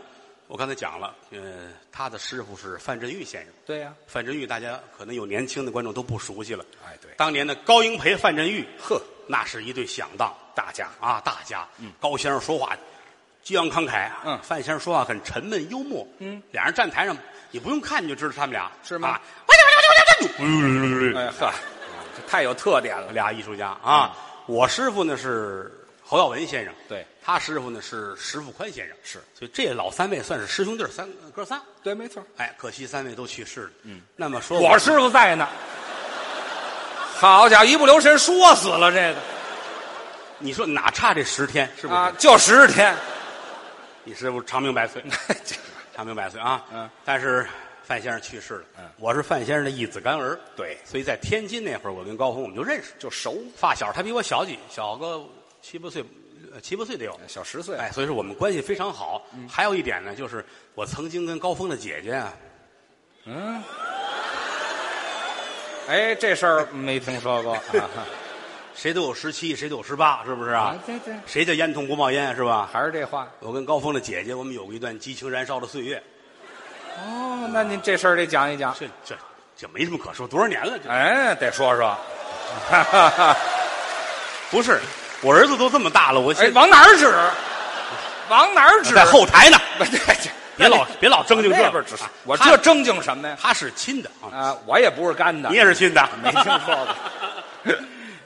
[SPEAKER 2] 我刚才讲了，呃，他的师傅是范振钰先生。
[SPEAKER 3] 对呀、
[SPEAKER 2] 范振钰大家可能有年轻的观众都不熟悉了。
[SPEAKER 3] 哎对
[SPEAKER 2] 当年的高英培、范振钰，呵，那是一对响当
[SPEAKER 3] 大家
[SPEAKER 2] 啊，大家。高先生说话激昂慷慨，
[SPEAKER 3] 嗯
[SPEAKER 2] 范先生说话很沉闷幽默，嗯，俩人站台上，你不用看你就知道他们俩
[SPEAKER 3] 是吗
[SPEAKER 2] 啊哎呀哎呀哎呀哎呀哎呀哎呦哎呦哎呦哎呦哎呦
[SPEAKER 3] 哎呵，太有特点了。
[SPEAKER 2] 俩艺术家啊。我师傅呢是侯耀文先生，
[SPEAKER 3] 对
[SPEAKER 2] 他师傅呢是石富宽先生，
[SPEAKER 3] 是
[SPEAKER 2] 所以这老三位算是师兄弟儿三哥仨。
[SPEAKER 3] 对，没错，
[SPEAKER 2] 哎，可惜三位都去世了。嗯，那么说
[SPEAKER 3] 我师傅在呢。好家伙，一不留神说死了这个
[SPEAKER 2] 你说哪差这十天是不是？
[SPEAKER 3] 啊，就十天。
[SPEAKER 2] 你师傅长命百岁，
[SPEAKER 3] 这
[SPEAKER 2] 长命百岁啊！
[SPEAKER 3] 嗯，
[SPEAKER 2] 但是范先生去世了。
[SPEAKER 3] 嗯，
[SPEAKER 2] 我是范先生的义子干儿。
[SPEAKER 3] 对
[SPEAKER 2] 所以在天津那会儿，我跟高峰我们就认识，
[SPEAKER 3] 就熟，
[SPEAKER 2] 发小，他比我小几小个七八岁，呃七八岁得有。
[SPEAKER 3] 小十岁。
[SPEAKER 2] 哎，所以说我们关系非常好。还有一点呢，就是我曾经跟高峰的姐姐啊，
[SPEAKER 3] 嗯，哎，这事儿没听说过。啊
[SPEAKER 2] 谁都有十七，谁都有十八，是不是啊？
[SPEAKER 3] 对对，
[SPEAKER 2] 谁叫烟囱不冒烟是吧？
[SPEAKER 3] 还是这话。
[SPEAKER 2] 我跟高峰的姐姐，我们有过一段激情燃烧的岁月。
[SPEAKER 3] 哦，那您这事儿得讲一讲。
[SPEAKER 2] 这这这没什么可说，多少年了？这
[SPEAKER 3] 哎，得说说。
[SPEAKER 2] 不是，我儿子都这么大了，我
[SPEAKER 3] 哎
[SPEAKER 2] 现，
[SPEAKER 3] 往哪儿指？往哪儿指？
[SPEAKER 2] 在 后台呢。
[SPEAKER 3] 不对，这
[SPEAKER 2] 别老别老正经这
[SPEAKER 3] 那
[SPEAKER 2] 个
[SPEAKER 3] 边指
[SPEAKER 2] 啊
[SPEAKER 3] 我
[SPEAKER 2] 他
[SPEAKER 3] 这正经什么呀？
[SPEAKER 2] 他是亲的啊，
[SPEAKER 3] 啊，我也不是干的，
[SPEAKER 2] 你也是亲的，
[SPEAKER 3] 没听说过。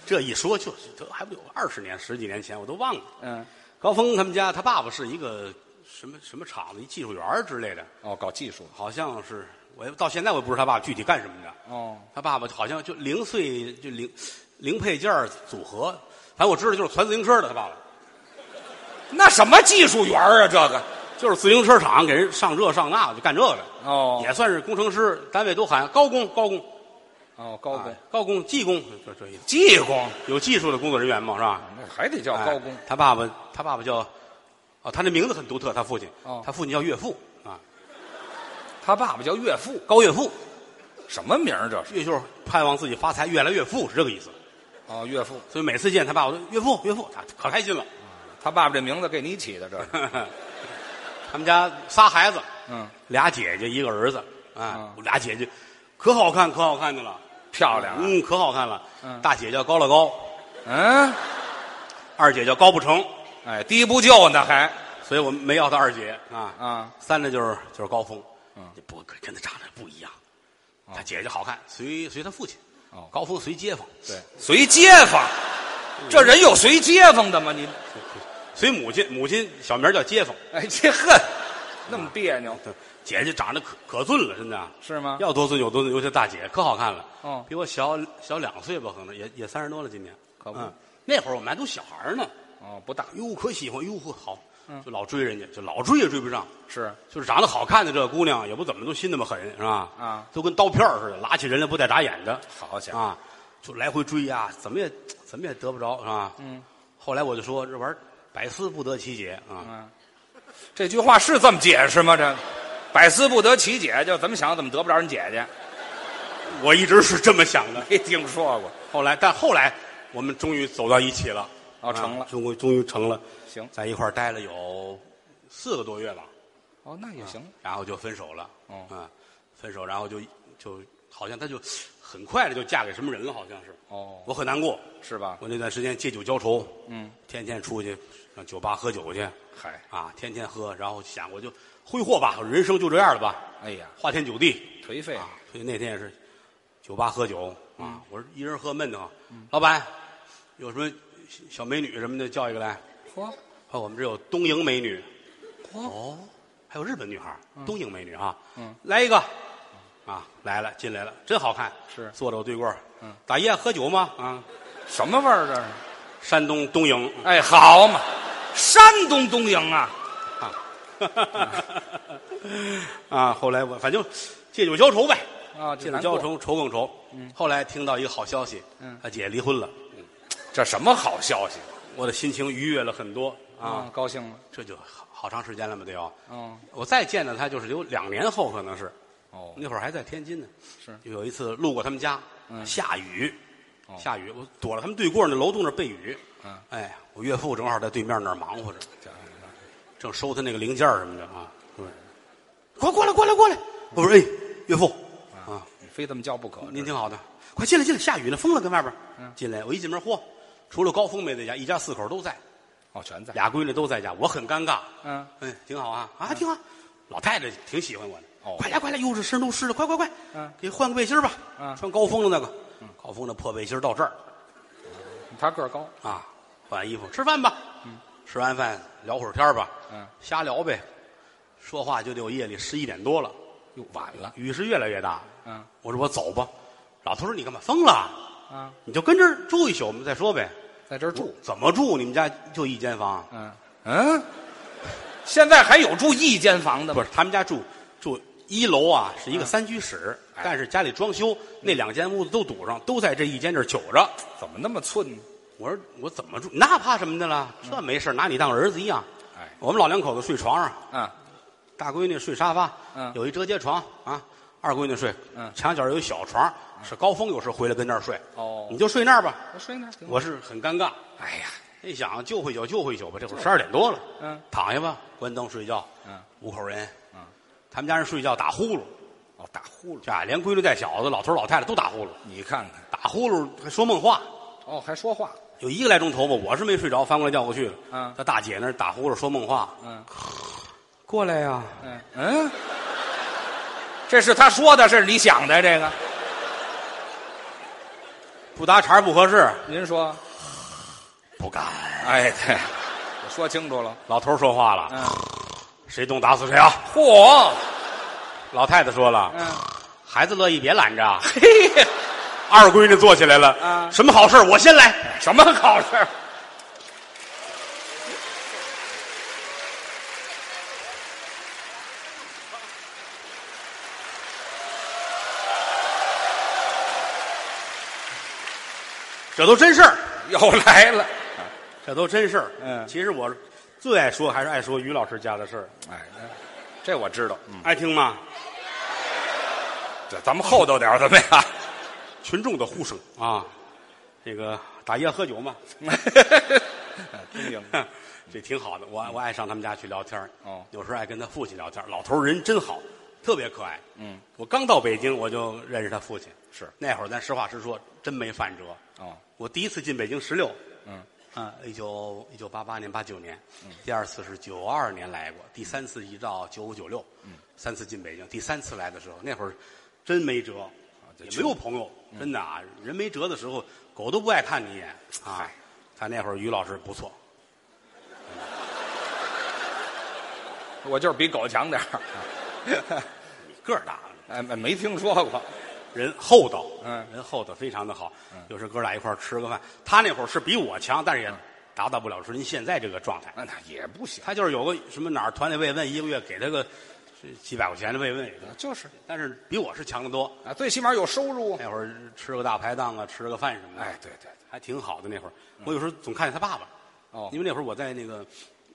[SPEAKER 2] 这一说就是这还不有二十年十几年前，我都忘了。
[SPEAKER 3] 嗯，
[SPEAKER 2] 高峰他们家，他爸爸是一个什么什么厂子，一技术员儿之类的，
[SPEAKER 3] 哦，搞技术
[SPEAKER 2] 好像是我也到现在我也不知道他爸具体干什么的。
[SPEAKER 3] 哦，
[SPEAKER 2] 他爸爸好像就零碎就零零配件儿组合，反正我知道就是传自行车的，他爸爸
[SPEAKER 3] 那什么技术员啊？这个
[SPEAKER 2] 就是自行车厂给人上这上那，就干这个的。
[SPEAKER 3] 哦
[SPEAKER 2] 也算是工程师，单位都喊高工高工
[SPEAKER 3] 哦，高
[SPEAKER 2] 啊，高工技工，这这意思。
[SPEAKER 3] 技工，
[SPEAKER 2] 有技术的工作人员嘛，是吧？
[SPEAKER 3] 那还得叫高工
[SPEAKER 2] 哎。他爸爸，他爸爸叫，哦，他这名字很独特，他父亲，
[SPEAKER 3] 哦
[SPEAKER 2] 他父亲叫岳父啊，
[SPEAKER 3] 他爸爸叫岳父，
[SPEAKER 2] 高岳父，
[SPEAKER 3] 什么名儿这是？
[SPEAKER 2] 岳就是盼望自己发财越来越富是这个意思。
[SPEAKER 3] 哦，岳父，
[SPEAKER 2] 所以每次见他爸，我都岳父岳父，他可开心了。
[SPEAKER 3] 他爸爸这名字给你起的，这是
[SPEAKER 2] 他们家仨孩子，
[SPEAKER 3] 嗯，
[SPEAKER 2] 俩姐姐一个儿子，啊
[SPEAKER 3] 嗯，
[SPEAKER 2] 俩姐姐可好看可好看的了，
[SPEAKER 3] 漂亮啊。
[SPEAKER 2] 嗯，可好看了。
[SPEAKER 3] 嗯
[SPEAKER 2] 大姐叫高乐高，
[SPEAKER 3] 嗯，
[SPEAKER 2] 二姐叫高不成，
[SPEAKER 3] 哎，低不就呢还
[SPEAKER 2] 所以我们没要他二姐啊。
[SPEAKER 3] 啊？
[SPEAKER 2] 三呢就是就是高峰，
[SPEAKER 3] 嗯，
[SPEAKER 2] 不跟跟他长得不一样，他姐姐好看，随随他父亲，
[SPEAKER 3] 哦
[SPEAKER 2] 高峰随街坊，
[SPEAKER 3] 对，随街坊，这人有随街坊的吗？你
[SPEAKER 2] 随母亲，母亲小名叫街坊，
[SPEAKER 3] 哎，这恨那么别扭
[SPEAKER 2] 对姐姐长得可可俊了，真的啊
[SPEAKER 3] 是吗？
[SPEAKER 2] 要多俊有多俊，尤其大姐可好看了，
[SPEAKER 3] 哦
[SPEAKER 2] 比我小小两岁吧，可能也也三十多了，今年
[SPEAKER 3] 可不
[SPEAKER 2] 嗯那会儿我们还都小孩儿呢，
[SPEAKER 3] 哦，不大
[SPEAKER 2] 哟可喜欢，哟呵好，
[SPEAKER 3] 嗯
[SPEAKER 2] 就老追人家，就老追也追不上，
[SPEAKER 3] 是
[SPEAKER 2] 就是长得好看的这个姑娘也不怎么都心那么狠，是吧？
[SPEAKER 3] 啊
[SPEAKER 2] 都跟刀片儿似的，拉起人来不带眨眼的。
[SPEAKER 3] 好家伙
[SPEAKER 2] 啊，就来回追呀、怎么也怎么也得不着，是吧？嗯。后来我就说，这玩意儿百思不得其解啊。
[SPEAKER 3] 嗯，这句话是这么解释吗？这百思不得其解，就怎么想怎么得不着人姐姐，
[SPEAKER 2] 我一直是这么想的。
[SPEAKER 3] 没听说过。
[SPEAKER 2] 后来，但后来我们终于走到一起了。
[SPEAKER 3] 哦成了
[SPEAKER 2] 啊终于终于成了。
[SPEAKER 3] 行
[SPEAKER 2] 在一块儿待了有四个多月吧，
[SPEAKER 3] 哦，那也行。
[SPEAKER 2] 然后就分手了。
[SPEAKER 3] 哦
[SPEAKER 2] 啊，分手，然后就就好像她就很快的就嫁给什么人了，好像是。
[SPEAKER 3] 哦，
[SPEAKER 2] 我很难过。
[SPEAKER 3] 是吧？
[SPEAKER 2] 啊我那段时间借酒浇愁，
[SPEAKER 3] 嗯，
[SPEAKER 2] 天天出去上酒吧喝酒去，
[SPEAKER 3] 嗨，
[SPEAKER 2] 啊，天天喝，然后想我就挥霍吧，人生就这样了吧，
[SPEAKER 3] 哎呀，
[SPEAKER 2] 花天酒地
[SPEAKER 3] 颓废了
[SPEAKER 2] 啊。所以那天也是酒吧喝酒啊，我说一人喝闷得慌。老板，有什么小小美女什么的叫一个来。
[SPEAKER 3] 嚯，
[SPEAKER 2] 啊，我们这有东瀛美女，
[SPEAKER 3] 嚯，
[SPEAKER 2] 哦，还有日本女孩，东瀛美女啊，嗯，来一个，啊，来了，进来了，真好看，
[SPEAKER 3] 是
[SPEAKER 2] 坐着我对过儿，嗯，打夜喝酒吗？啊，
[SPEAKER 3] 什么味儿这是？
[SPEAKER 2] 山东东瀛，
[SPEAKER 3] 哎，好嘛，山东东营啊，
[SPEAKER 2] 啊，后来我反正借酒浇愁呗，
[SPEAKER 3] 啊，
[SPEAKER 2] 借
[SPEAKER 3] 这
[SPEAKER 2] 酒浇愁，愁更愁。后来听到一个好消息，
[SPEAKER 3] 嗯
[SPEAKER 2] 他姐离婚了，
[SPEAKER 3] 这什么好消息
[SPEAKER 2] 我的心情愉悦了很多啊，，
[SPEAKER 3] 高兴了。
[SPEAKER 2] 这就好好长时间了嘛，得有。
[SPEAKER 3] 嗯，
[SPEAKER 2] 我再见到他就是有两年后，可能是
[SPEAKER 3] 哦，
[SPEAKER 2] 那会儿还在天津呢。
[SPEAKER 3] 是
[SPEAKER 2] 就有一次路过他们家，
[SPEAKER 3] 嗯
[SPEAKER 2] 下雨，
[SPEAKER 3] 哦
[SPEAKER 2] 下雨，我躲了他们对过那楼栋那儿背雨。
[SPEAKER 3] 嗯
[SPEAKER 2] 哎，我岳父正好在对面那儿忙活着，正收他那个零件儿什么的啊。对，快过来，过来，过来！我说，哎，岳父啊，
[SPEAKER 3] 你非这么叫不可。
[SPEAKER 2] 您挺好的，快进来，进来，下雨了，风了，跟外边儿。
[SPEAKER 3] 嗯
[SPEAKER 2] 进来，我一进门，嚯，除了高峰没在家，一家四口都在，
[SPEAKER 3] 哦，全在。
[SPEAKER 2] 俩闺女都在家，我很尴尬。
[SPEAKER 3] 嗯，
[SPEAKER 2] 嗯，挺好啊，啊，挺好。老太太挺喜欢我的。
[SPEAKER 3] 哦
[SPEAKER 2] 快来快来，哟，这身都湿了，快快快！
[SPEAKER 3] 嗯
[SPEAKER 2] 给换个背心儿吧。
[SPEAKER 3] 嗯
[SPEAKER 2] 穿高峰的那个。高峰那破背心儿到这儿
[SPEAKER 3] 他个儿高，
[SPEAKER 2] 啊，换衣服吃饭吧，吃完饭聊会儿天儿吧，
[SPEAKER 3] 嗯，
[SPEAKER 2] 瞎聊呗，说话就得有夜里十一点多了，
[SPEAKER 3] 又晚了，
[SPEAKER 2] 雨是越来越大，
[SPEAKER 3] 嗯
[SPEAKER 2] 我说我走吧，老头说你干嘛疯了？
[SPEAKER 3] 啊，
[SPEAKER 2] 你就跟这儿住一宿，我们再说呗。
[SPEAKER 3] 在这儿住，
[SPEAKER 2] 怎么住？你们家就一间房？
[SPEAKER 3] 嗯嗯，现在还有住一间房的
[SPEAKER 2] 呃不
[SPEAKER 3] 吗？
[SPEAKER 2] 是，他们家住住一楼啊，是一个三居室，
[SPEAKER 3] 嗯哎
[SPEAKER 2] 但是家里装修那两间屋子都堵上，都在这一间这儿久着。
[SPEAKER 3] 怎么那么寸呢？
[SPEAKER 2] 我说我怎么住？那怕什么的了？
[SPEAKER 3] 嗯
[SPEAKER 2] 这没事儿拿你当儿子一样。
[SPEAKER 3] 哎
[SPEAKER 2] 我们老两口子睡床上，
[SPEAKER 3] 啊，
[SPEAKER 2] 大闺女睡沙发，
[SPEAKER 3] 嗯
[SPEAKER 2] 有一折叠床啊，二闺女睡，
[SPEAKER 3] 嗯
[SPEAKER 2] 墙角有一小床，是高峰有时回来跟那儿睡，
[SPEAKER 3] 哦
[SPEAKER 2] 你就睡那儿吧。
[SPEAKER 3] 我睡那儿行吗。
[SPEAKER 2] 我是很尴尬，
[SPEAKER 3] 哎呀，
[SPEAKER 2] 一想就会酒就会酒吧，这会儿十二点多了，
[SPEAKER 3] 嗯
[SPEAKER 2] 躺下吧，关灯睡觉，
[SPEAKER 3] 嗯，
[SPEAKER 2] 五口人，
[SPEAKER 3] 嗯，
[SPEAKER 2] 他们家人睡觉打呼噜，
[SPEAKER 3] 哦，打呼噜，
[SPEAKER 2] 这俩连闺女带小子，老头老太太都打呼噜，
[SPEAKER 3] 你看看，
[SPEAKER 2] 打呼噜还说梦话，
[SPEAKER 3] 哦，还说话，
[SPEAKER 2] 有一个来钟头吧，我是没睡着，翻过来调过去了，
[SPEAKER 3] 嗯
[SPEAKER 2] 他大姐那儿打呼噜说梦话，
[SPEAKER 3] 嗯
[SPEAKER 2] 过来呀、
[SPEAKER 3] 嗯嗯，这是他说的，是你想的这个？
[SPEAKER 2] 不搭茬儿不合适，
[SPEAKER 3] 您说？
[SPEAKER 2] 不敢，
[SPEAKER 3] 哎，对，我说清楚了。
[SPEAKER 2] 老头说话了，
[SPEAKER 3] 嗯，
[SPEAKER 2] 谁动打死谁啊！
[SPEAKER 3] 嚯，
[SPEAKER 2] 老太太说了，
[SPEAKER 3] 嗯，
[SPEAKER 2] 孩子乐意别拦着啊。
[SPEAKER 3] 嘿呀，
[SPEAKER 2] 二闺女坐起来了，
[SPEAKER 3] 啊
[SPEAKER 2] 什么好事儿我先来。
[SPEAKER 3] 什么好事儿？
[SPEAKER 2] 这都真事儿，
[SPEAKER 3] 又来了。
[SPEAKER 2] 这都真事儿。
[SPEAKER 3] 嗯
[SPEAKER 2] 其实我最爱说还是爱说于老师家的事儿，
[SPEAKER 3] 哎，这我知道。嗯，
[SPEAKER 2] 爱听吗？
[SPEAKER 3] 这咱们厚道点儿怎么样？
[SPEAKER 2] 群众的呼声啊，这个打夜喝酒嘛，
[SPEAKER 3] 啊真行。
[SPEAKER 2] 哼这挺好的。我我爱上他们家去聊天儿
[SPEAKER 3] 哦
[SPEAKER 2] 有时候爱跟他父亲聊天儿老头儿人真好，特别可爱。
[SPEAKER 3] 嗯，
[SPEAKER 2] 我刚到北京我就认识他父亲，
[SPEAKER 3] 是
[SPEAKER 2] 那会儿咱实话实说，真没饭辙。
[SPEAKER 3] 哦，
[SPEAKER 2] 我第一次进北京十六，
[SPEAKER 3] 嗯，
[SPEAKER 2] 啊，一九一九八八年八九年，第二次是九二年来过，第三次一到九五九六，
[SPEAKER 3] 嗯
[SPEAKER 2] 三次进北京，第三次来的时候，那会儿真没辙，
[SPEAKER 3] 这
[SPEAKER 2] 也没
[SPEAKER 3] 穷
[SPEAKER 2] 有朋友，
[SPEAKER 3] 嗯
[SPEAKER 2] 真的啊，人没辙的时候，狗都不爱看你一眼啊
[SPEAKER 3] 嗨。
[SPEAKER 2] 他那会儿于老师不错，
[SPEAKER 3] 我就是比狗强点儿。
[SPEAKER 2] 个儿大，
[SPEAKER 3] 哎，没没听说过。
[SPEAKER 2] 人厚道，
[SPEAKER 3] 嗯
[SPEAKER 2] 人厚道非常的好。有时候哥俩一块儿吃个饭，他那会儿是比我强，但是
[SPEAKER 3] 嗯
[SPEAKER 2] 也达到不了说您现在这个状态。
[SPEAKER 3] 那那也不行，
[SPEAKER 2] 他就是有个什么哪儿团里慰问，一个月给他个是几百块钱的慰问，
[SPEAKER 3] 就是
[SPEAKER 2] 但是比我是强得多。
[SPEAKER 3] 啊，最起码有收入。
[SPEAKER 2] 那会儿吃个大排档啊，吃个饭什么的，
[SPEAKER 3] 哎，对对，
[SPEAKER 2] 还挺好的。那会儿我有时候总看见他爸爸，
[SPEAKER 3] 哦
[SPEAKER 2] 因为那会儿我在那个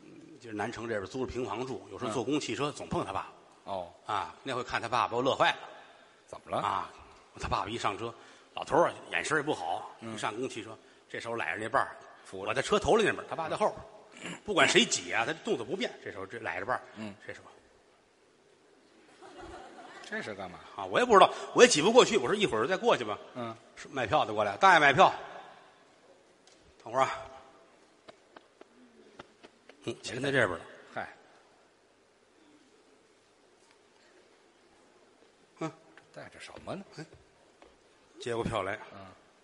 [SPEAKER 2] 嗯就是南城这边租着平房住，有时
[SPEAKER 3] 嗯
[SPEAKER 2] 候坐公共汽车总碰他爸
[SPEAKER 3] 哦，
[SPEAKER 2] 爸啊。那回看他爸爸，我乐坏了。
[SPEAKER 3] 怎么了？
[SPEAKER 2] 啊，他爸爸一上车，老头儿啊眼神也不好，一上公共汽车，这手揽着那把儿，
[SPEAKER 3] 嗯扶着嗯
[SPEAKER 2] 我在车头里那边儿，他爸在后边儿，不管谁挤啊，他动作不变，这手这揽着把儿，这手
[SPEAKER 3] 这是干嘛？
[SPEAKER 2] 啊，我也不知道，我也挤不过去，我说一会儿再过去吧，
[SPEAKER 3] 嗯，
[SPEAKER 2] 是卖票的过来，大爷买票，等会儿啊，嗯，钱在这边儿了，
[SPEAKER 3] 嗨，
[SPEAKER 2] 嗯，
[SPEAKER 3] 带着什嗯么呢？
[SPEAKER 2] 接过票来，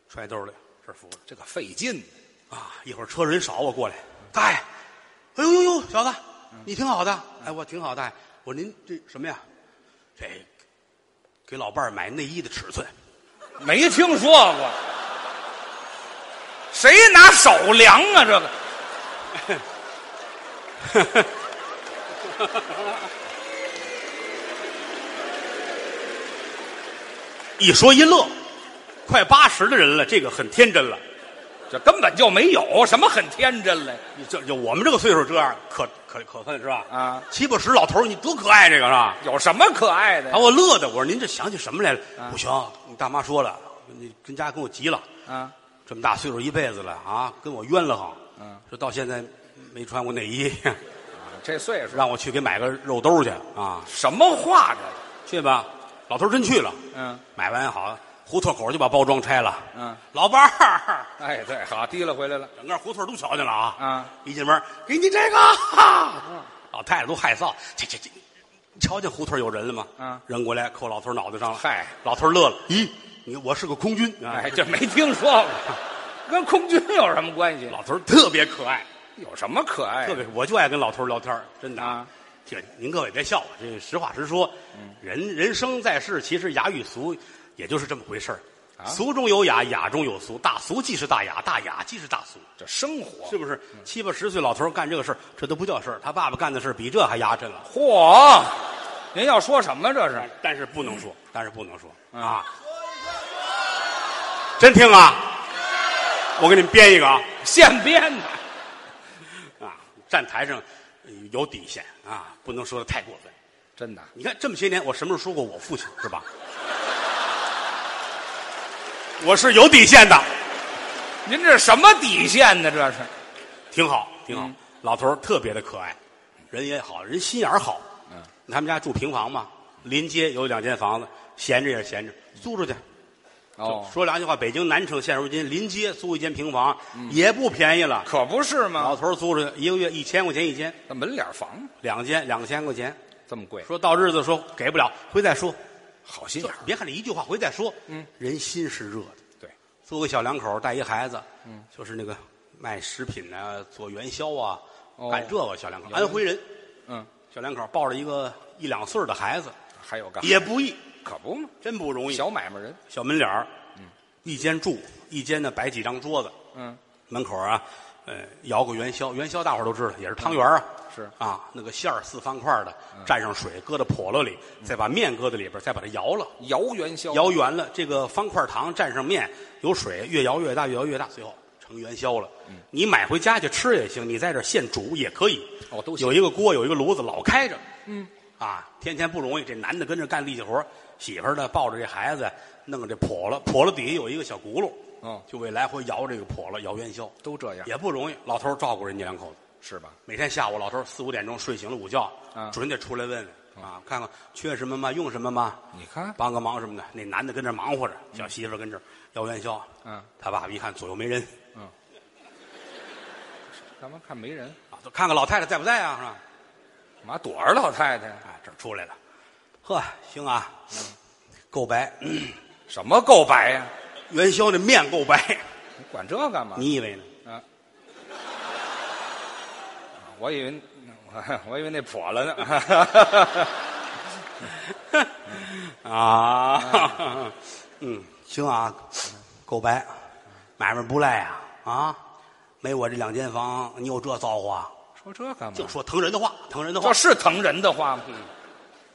[SPEAKER 2] 揣兜里，这儿扶着。
[SPEAKER 3] 这个费劲，
[SPEAKER 2] 啊，一会儿车人少，我过来，大爷，哎呦呦呦，小子，你挺好的，哎，我挺好，大爷，我说您这什么呀？这给老伴儿买内衣的尺寸，
[SPEAKER 3] 没听说过。谁拿手量啊？这个
[SPEAKER 2] 一说一乐，快八十的人了，这个很天真了，
[SPEAKER 3] 这根本就没有什么很天真嘞。
[SPEAKER 2] 你这就我们这个岁数这样，可可可恨是吧？
[SPEAKER 3] 啊
[SPEAKER 2] 七八十老头儿你多可爱，这个是吧？
[SPEAKER 3] 有什么可爱的
[SPEAKER 2] 把
[SPEAKER 3] 呀？
[SPEAKER 2] 我乐的，我说您这想起什么来了？不行，你大妈说了，你跟家跟我急了，
[SPEAKER 3] 啊，
[SPEAKER 2] 这么大岁数一辈子了啊，跟我冤了哈，
[SPEAKER 3] 嗯，
[SPEAKER 2] 说到现在没穿过内衣。
[SPEAKER 3] 这岁数
[SPEAKER 2] 让我去给买个肉兜去啊，
[SPEAKER 3] 什么话这？
[SPEAKER 2] 去吧。老头儿真去了，
[SPEAKER 3] 嗯，
[SPEAKER 2] 买完好，胡同口就把包装拆了。
[SPEAKER 3] 嗯，
[SPEAKER 2] 老伴儿，
[SPEAKER 3] 哎，对，好，提了回来了。
[SPEAKER 2] 整个胡同都瞧见了啊。
[SPEAKER 3] 嗯，
[SPEAKER 2] 一进门给你这个，啊老太太都害臊，这这这，瞧见胡同有人了吗？
[SPEAKER 3] 嗯
[SPEAKER 2] 人过来扣老头脑袋上了。
[SPEAKER 3] 嗨，
[SPEAKER 2] 老头儿乐了，咦，你我是个空军啊，
[SPEAKER 3] 哎，这没听说过，跟空军有什么关系？
[SPEAKER 2] 老头儿特别可爱，
[SPEAKER 3] 有什么可爱
[SPEAKER 2] 特
[SPEAKER 3] 的？
[SPEAKER 2] 别我就爱跟老头儿聊天儿真的
[SPEAKER 3] 哎啊。嗯
[SPEAKER 2] 这您各位别笑我，这实话实说，人人生在世，其实雅与俗也就是这么回事儿。
[SPEAKER 3] 啊
[SPEAKER 2] 俗中有雅，雅中有俗，大俗即是大雅，大雅即是大俗，
[SPEAKER 3] 这生活
[SPEAKER 2] 是不是？
[SPEAKER 3] 嗯
[SPEAKER 2] 七八十岁老头儿干这个事儿，这都不叫事儿。他爸爸干的事儿比这还压碜了，
[SPEAKER 3] 嚯！您要说什么这是？
[SPEAKER 2] 但是不能说，但是不能说啊！真听啊！我给你们编一个啊！
[SPEAKER 3] 现编的，
[SPEAKER 2] 啊，站台上呃有底线啊，不能说的太过分。
[SPEAKER 3] 真的。
[SPEAKER 2] 你看这么些年，我什么时候说过我父亲是吧？我是有底线的，
[SPEAKER 3] 您这什么底线呢？这是
[SPEAKER 2] 挺好，挺好。老头儿特别的可爱，人也好，人心眼儿好。嗯，他们家住平房嘛，临街有两间房子，闲着也是闲着，租出去。
[SPEAKER 3] 哦，
[SPEAKER 2] 说良心话，北京南城现如今临街租一间平房、也不便宜了。
[SPEAKER 3] 可不嗯是
[SPEAKER 2] 老
[SPEAKER 3] 吗？
[SPEAKER 2] 头儿租出去一个月一千块钱一间，
[SPEAKER 3] 那哦门脸房
[SPEAKER 2] 两间两千块钱。
[SPEAKER 3] 这么贵，
[SPEAKER 2] 说到日子说给不了，回再说。
[SPEAKER 3] 好心
[SPEAKER 2] 就
[SPEAKER 3] 眼
[SPEAKER 2] 是
[SPEAKER 3] 儿。
[SPEAKER 2] 别看这一句话，回再说。嗯，人心是热的。
[SPEAKER 3] 对，
[SPEAKER 2] 租个小两口，带一孩子，嗯，就是那个卖食品啊，做元宵啊，
[SPEAKER 3] 哦
[SPEAKER 2] 干这个小两口，安徽人，
[SPEAKER 3] 嗯，
[SPEAKER 2] 小两口抱着一个一两岁儿的孩子，
[SPEAKER 3] 还有个
[SPEAKER 2] 也不易，
[SPEAKER 3] 可不嘛，
[SPEAKER 2] 真不容易。
[SPEAKER 3] 啊小买卖人。
[SPEAKER 2] 小门脸儿，一间住，一间呢摆几张桌子，
[SPEAKER 3] 嗯，
[SPEAKER 2] 门口啊，呃，摇个元宵，元宵大伙儿都知道，也是汤圆儿啊，
[SPEAKER 3] 嗯是嗯
[SPEAKER 2] 啊，那个馅儿四方块儿的，蘸上水，搁到笸箩里，再把面搁在里边儿，再把它摇了。
[SPEAKER 3] 摇元宵，
[SPEAKER 2] 摇圆了，这个方块糖蘸上面有水，越摇越大，越摇越大，最后成元宵了。
[SPEAKER 3] 嗯
[SPEAKER 2] 你买回家去吃也行，你在这儿现煮也可以。
[SPEAKER 3] 哦都行
[SPEAKER 2] 有一个锅，有一个炉子，老开着。嗯，啊，天天不容易，这男的跟着干力气活儿，媳妇儿呢抱着这孩子，弄个这笸箩，笸箩底下有一个小轱辘，
[SPEAKER 3] 哦嗯
[SPEAKER 2] 就为来回摇这个笸箩摇元宵，
[SPEAKER 3] 都这样
[SPEAKER 2] 也不容易。老头儿照顾人家两口子，
[SPEAKER 3] 是吧？
[SPEAKER 2] 每天下午老头儿四五点钟睡醒了午觉，
[SPEAKER 3] 啊
[SPEAKER 2] 准得出来问问啊，看看缺什么吗？用什么吗？
[SPEAKER 3] 嗯你看，
[SPEAKER 2] 帮个忙什么的。那男的跟这忙活着，小媳妇儿跟这儿要元宵。
[SPEAKER 3] 嗯，
[SPEAKER 2] 他爸爸一看左右没人
[SPEAKER 3] 干嘛看没人？
[SPEAKER 2] 啊，都看看老太太在不在啊，是吧？
[SPEAKER 3] 嘛躲着老太太呀？
[SPEAKER 2] 哎，这儿出来了，呵，行啊，
[SPEAKER 3] 嗯
[SPEAKER 2] 够白，嗯
[SPEAKER 3] 什么够白呀？
[SPEAKER 2] 元宵那面够白，
[SPEAKER 3] 你管这干嘛？
[SPEAKER 2] 你以为呢？
[SPEAKER 3] 啊， 我以为 我我以为那破了呢。
[SPEAKER 2] 啊，嗯，行啊，够白，买卖不赖啊啊，没我这两间房，你有这造化？
[SPEAKER 3] 说这干嘛？
[SPEAKER 2] 净说疼人的话，疼人的话
[SPEAKER 3] 这，是疼人的话吗？嗯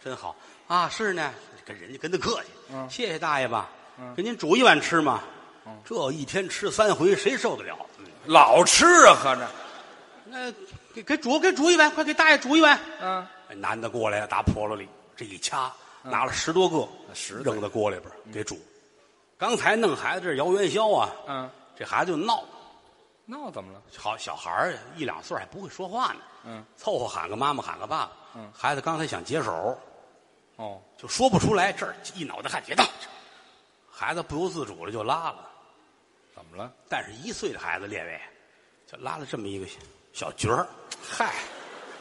[SPEAKER 2] 真好啊！是呢，跟人家跟他客气，
[SPEAKER 3] 嗯
[SPEAKER 2] 谢谢大爷吧，给您煮一碗吃嘛。这一天吃三回，谁受得了？嗯
[SPEAKER 3] 老吃啊，合着。
[SPEAKER 2] 那给给煮给煮一碗，快给大爷煮一碗。
[SPEAKER 3] 嗯，
[SPEAKER 2] 哎男的过来了，打笸箩里这一掐，拿了嗯十多个，嗯
[SPEAKER 3] 十多
[SPEAKER 2] 扔到锅里边儿给煮。刚才弄孩子这摇元宵啊，
[SPEAKER 3] 嗯，
[SPEAKER 2] 这孩子就闹，
[SPEAKER 3] 闹怎么了？
[SPEAKER 2] 好小孩儿一两岁还不会说话呢，
[SPEAKER 3] 嗯，
[SPEAKER 2] 凑合喊个妈妈喊个爸爸。
[SPEAKER 3] 嗯
[SPEAKER 2] 孩子刚才想解手，
[SPEAKER 3] 哦，
[SPEAKER 2] 就说不出来，这儿一脑袋汗，别动。孩子不由自主的就拉了，
[SPEAKER 3] 怎么了？
[SPEAKER 2] 但是一岁的孩子列位，就拉了这么一个小角儿，嗨，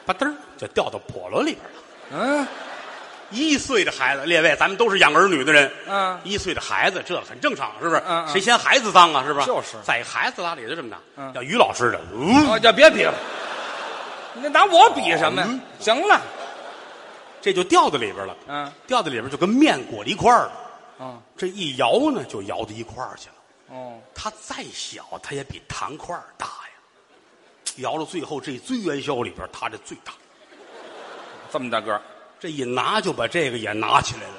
[SPEAKER 2] 吧嘚儿就掉到笸箩里边了。
[SPEAKER 3] 嗯，
[SPEAKER 2] 一岁的孩子，列位，咱们都是养儿女的人，
[SPEAKER 3] 嗯
[SPEAKER 2] 一岁的孩子这很正常，是不是？
[SPEAKER 3] 嗯嗯
[SPEAKER 2] 谁嫌孩子脏啊？是不是？
[SPEAKER 3] 就是
[SPEAKER 2] 在孩子拉里就这么大，
[SPEAKER 3] 嗯
[SPEAKER 2] 要于老师的，嗯，
[SPEAKER 3] 哦，就别比了，你拿我比什么呀？行了，
[SPEAKER 2] 这就掉到里边了，
[SPEAKER 3] 嗯，
[SPEAKER 2] 掉到里边就跟面裹了一块儿了，
[SPEAKER 3] 哦，
[SPEAKER 2] 这一摇呢，就摇到一块儿去了。
[SPEAKER 3] 哦，
[SPEAKER 2] 它再小，它也比糖块儿大呀。摇到最后这一堆元宵里边儿，它这最大。
[SPEAKER 3] 这么大个儿，
[SPEAKER 2] 这一拿就把这个也拿起来了，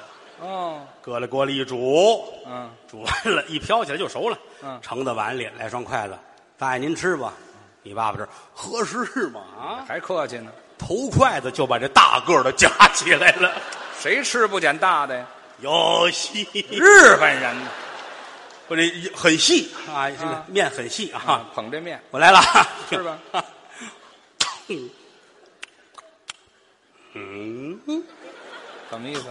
[SPEAKER 3] 哦，
[SPEAKER 2] 搁在锅里一煮，
[SPEAKER 3] 嗯，
[SPEAKER 2] 煮完了，一飘起来就熟了。
[SPEAKER 3] 嗯
[SPEAKER 2] 盛到碗里，来双筷子，大爷您吃吧。你爸爸这儿合适吗？啊，
[SPEAKER 3] 还客气呢，
[SPEAKER 2] 头筷子就把这大个儿的夹起来了，
[SPEAKER 3] 谁吃不捡大的呀？
[SPEAKER 2] 有戏，
[SPEAKER 3] 日本人呢
[SPEAKER 2] 不是很细啊，这个
[SPEAKER 3] 啊
[SPEAKER 2] 面很细啊。
[SPEAKER 3] 啊，捧这面，
[SPEAKER 2] 我来了，
[SPEAKER 3] 吃 吧。
[SPEAKER 2] 嗯，
[SPEAKER 3] 什么意思？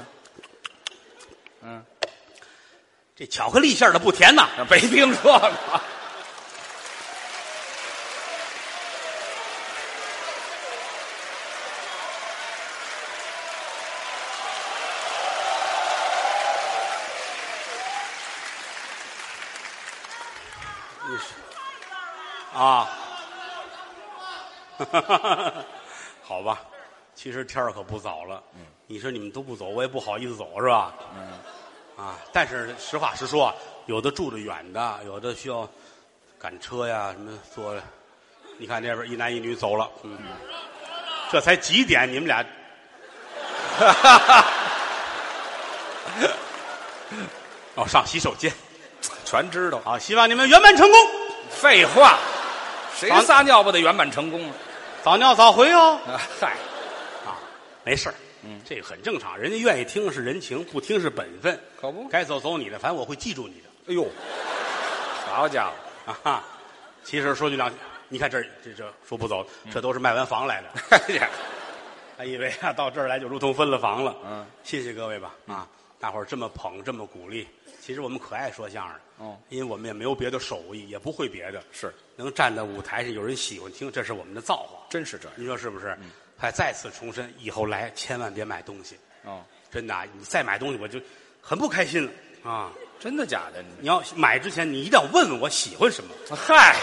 [SPEAKER 3] 嗯，
[SPEAKER 2] 这巧克力馅儿的不甜呐。
[SPEAKER 3] 没听说过，
[SPEAKER 2] 啊， 好吧，其实天儿可不早了。你说你们都不走，我也不好意思走，是吧？啊，但是实话实说，有的住得远的，有的需要赶车呀，什么坐。你看那边一男一女走了，嗯，这才几点？你们俩， 哦，上洗手间。
[SPEAKER 3] 全知道。
[SPEAKER 2] 好，希望你们圆满成功，
[SPEAKER 3] 废话，谁
[SPEAKER 2] 房
[SPEAKER 3] 撒尿不得圆满成功啊？
[SPEAKER 2] 早尿早回哦。
[SPEAKER 3] 啊嗨，
[SPEAKER 2] 啊，没事儿，嗯，这个很正常，人家愿意听是人情，不听是本分，
[SPEAKER 3] 可不
[SPEAKER 2] 该走走你的，反正我会记住你的
[SPEAKER 3] 哎呦，好家伙，
[SPEAKER 2] 啊哈。其实说句良心，你看这儿这这说不走，
[SPEAKER 3] 嗯
[SPEAKER 2] 这都是卖完房来的，
[SPEAKER 3] 哎呀，
[SPEAKER 2] 还以为啊到这儿来就如同分了房了。
[SPEAKER 3] 嗯，
[SPEAKER 2] 谢谢各位吧，啊，大伙儿这么捧，这么鼓励，其实我们可爱说相声了，
[SPEAKER 3] 哦
[SPEAKER 2] 因为我们也没有别的手艺，也不会别的，
[SPEAKER 3] 是
[SPEAKER 2] 能站在舞台上有人喜欢听，这是我们的造化，
[SPEAKER 3] 真是这样
[SPEAKER 2] 你说是不是？
[SPEAKER 3] 嗯
[SPEAKER 2] 还再次重申，以后来千万别买东西，
[SPEAKER 3] 哦，
[SPEAKER 2] 真的啊，你再买东西我就很不开心了啊！
[SPEAKER 3] 真的假的？你
[SPEAKER 2] 你要买之前，你一定要问问我喜欢什么
[SPEAKER 3] 啊嗨，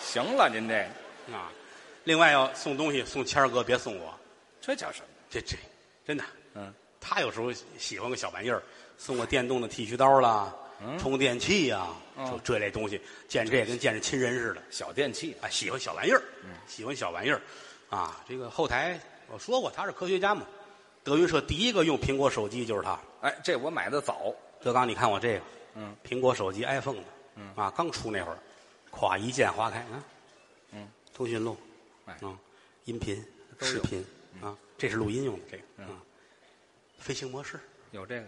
[SPEAKER 3] 行了，您这个
[SPEAKER 2] 啊！另外要送东西，送谦儿哥别送我，
[SPEAKER 3] 这叫什么？
[SPEAKER 2] 这这真的，
[SPEAKER 3] 嗯，
[SPEAKER 2] 他有时候喜欢个小玩意儿，送我电动的剃须刀啦，充电器呀、就这类东西，见这也跟见着亲人似的
[SPEAKER 3] 小电器
[SPEAKER 2] 啊！喜欢小玩意儿，喜欢小玩意儿啊！这个后台我说过他是科学家嘛，德云社第一个用苹果手机就是他。
[SPEAKER 3] 哎，这我买的早，
[SPEAKER 2] 德刚，你看我这个，
[SPEAKER 3] 嗯，
[SPEAKER 2] 苹果手机 iPhone 的，嗯啊，刚出那会儿，咵一键划开啊，
[SPEAKER 3] 嗯，
[SPEAKER 2] 通讯录，
[SPEAKER 3] 哎
[SPEAKER 2] 啊，音频、
[SPEAKER 3] 都有嗯
[SPEAKER 2] 视频啊，这是录音用的这个，嗯，飞行模式，
[SPEAKER 3] 有这个。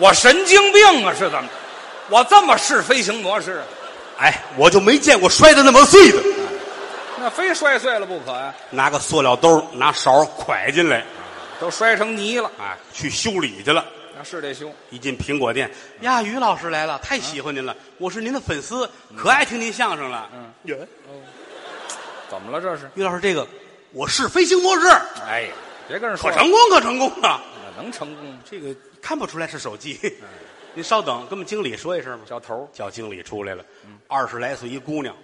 [SPEAKER 3] 我神经病啊，是怎么着？我这么试飞行模式，
[SPEAKER 2] 哎，我就没见过摔的那么碎的，
[SPEAKER 3] 那非摔碎了不可啊呀、
[SPEAKER 2] 拿个塑料兜，拿勺蒯进来，
[SPEAKER 3] 都摔成泥了，
[SPEAKER 2] 哎，去修理去了。
[SPEAKER 3] 那是得修。
[SPEAKER 2] 一进苹果店，
[SPEAKER 3] 嗯
[SPEAKER 2] 呀，于老师来了，太喜欢您了，我是您的粉丝，可爱听您相声了。
[SPEAKER 3] 嗯
[SPEAKER 2] 嗯，
[SPEAKER 3] 怎么了这是？
[SPEAKER 2] 于老师，这个我是飞行模式，
[SPEAKER 3] 哎呀，别跟人说
[SPEAKER 2] 可
[SPEAKER 3] 了，
[SPEAKER 2] 成功，可成功啊了。
[SPEAKER 3] 那能成功？
[SPEAKER 2] 这个看不出来是手机。您稍等，跟我们经理说一声吧。
[SPEAKER 3] 小头儿
[SPEAKER 2] 叫经理出来了，二十来岁一姑娘，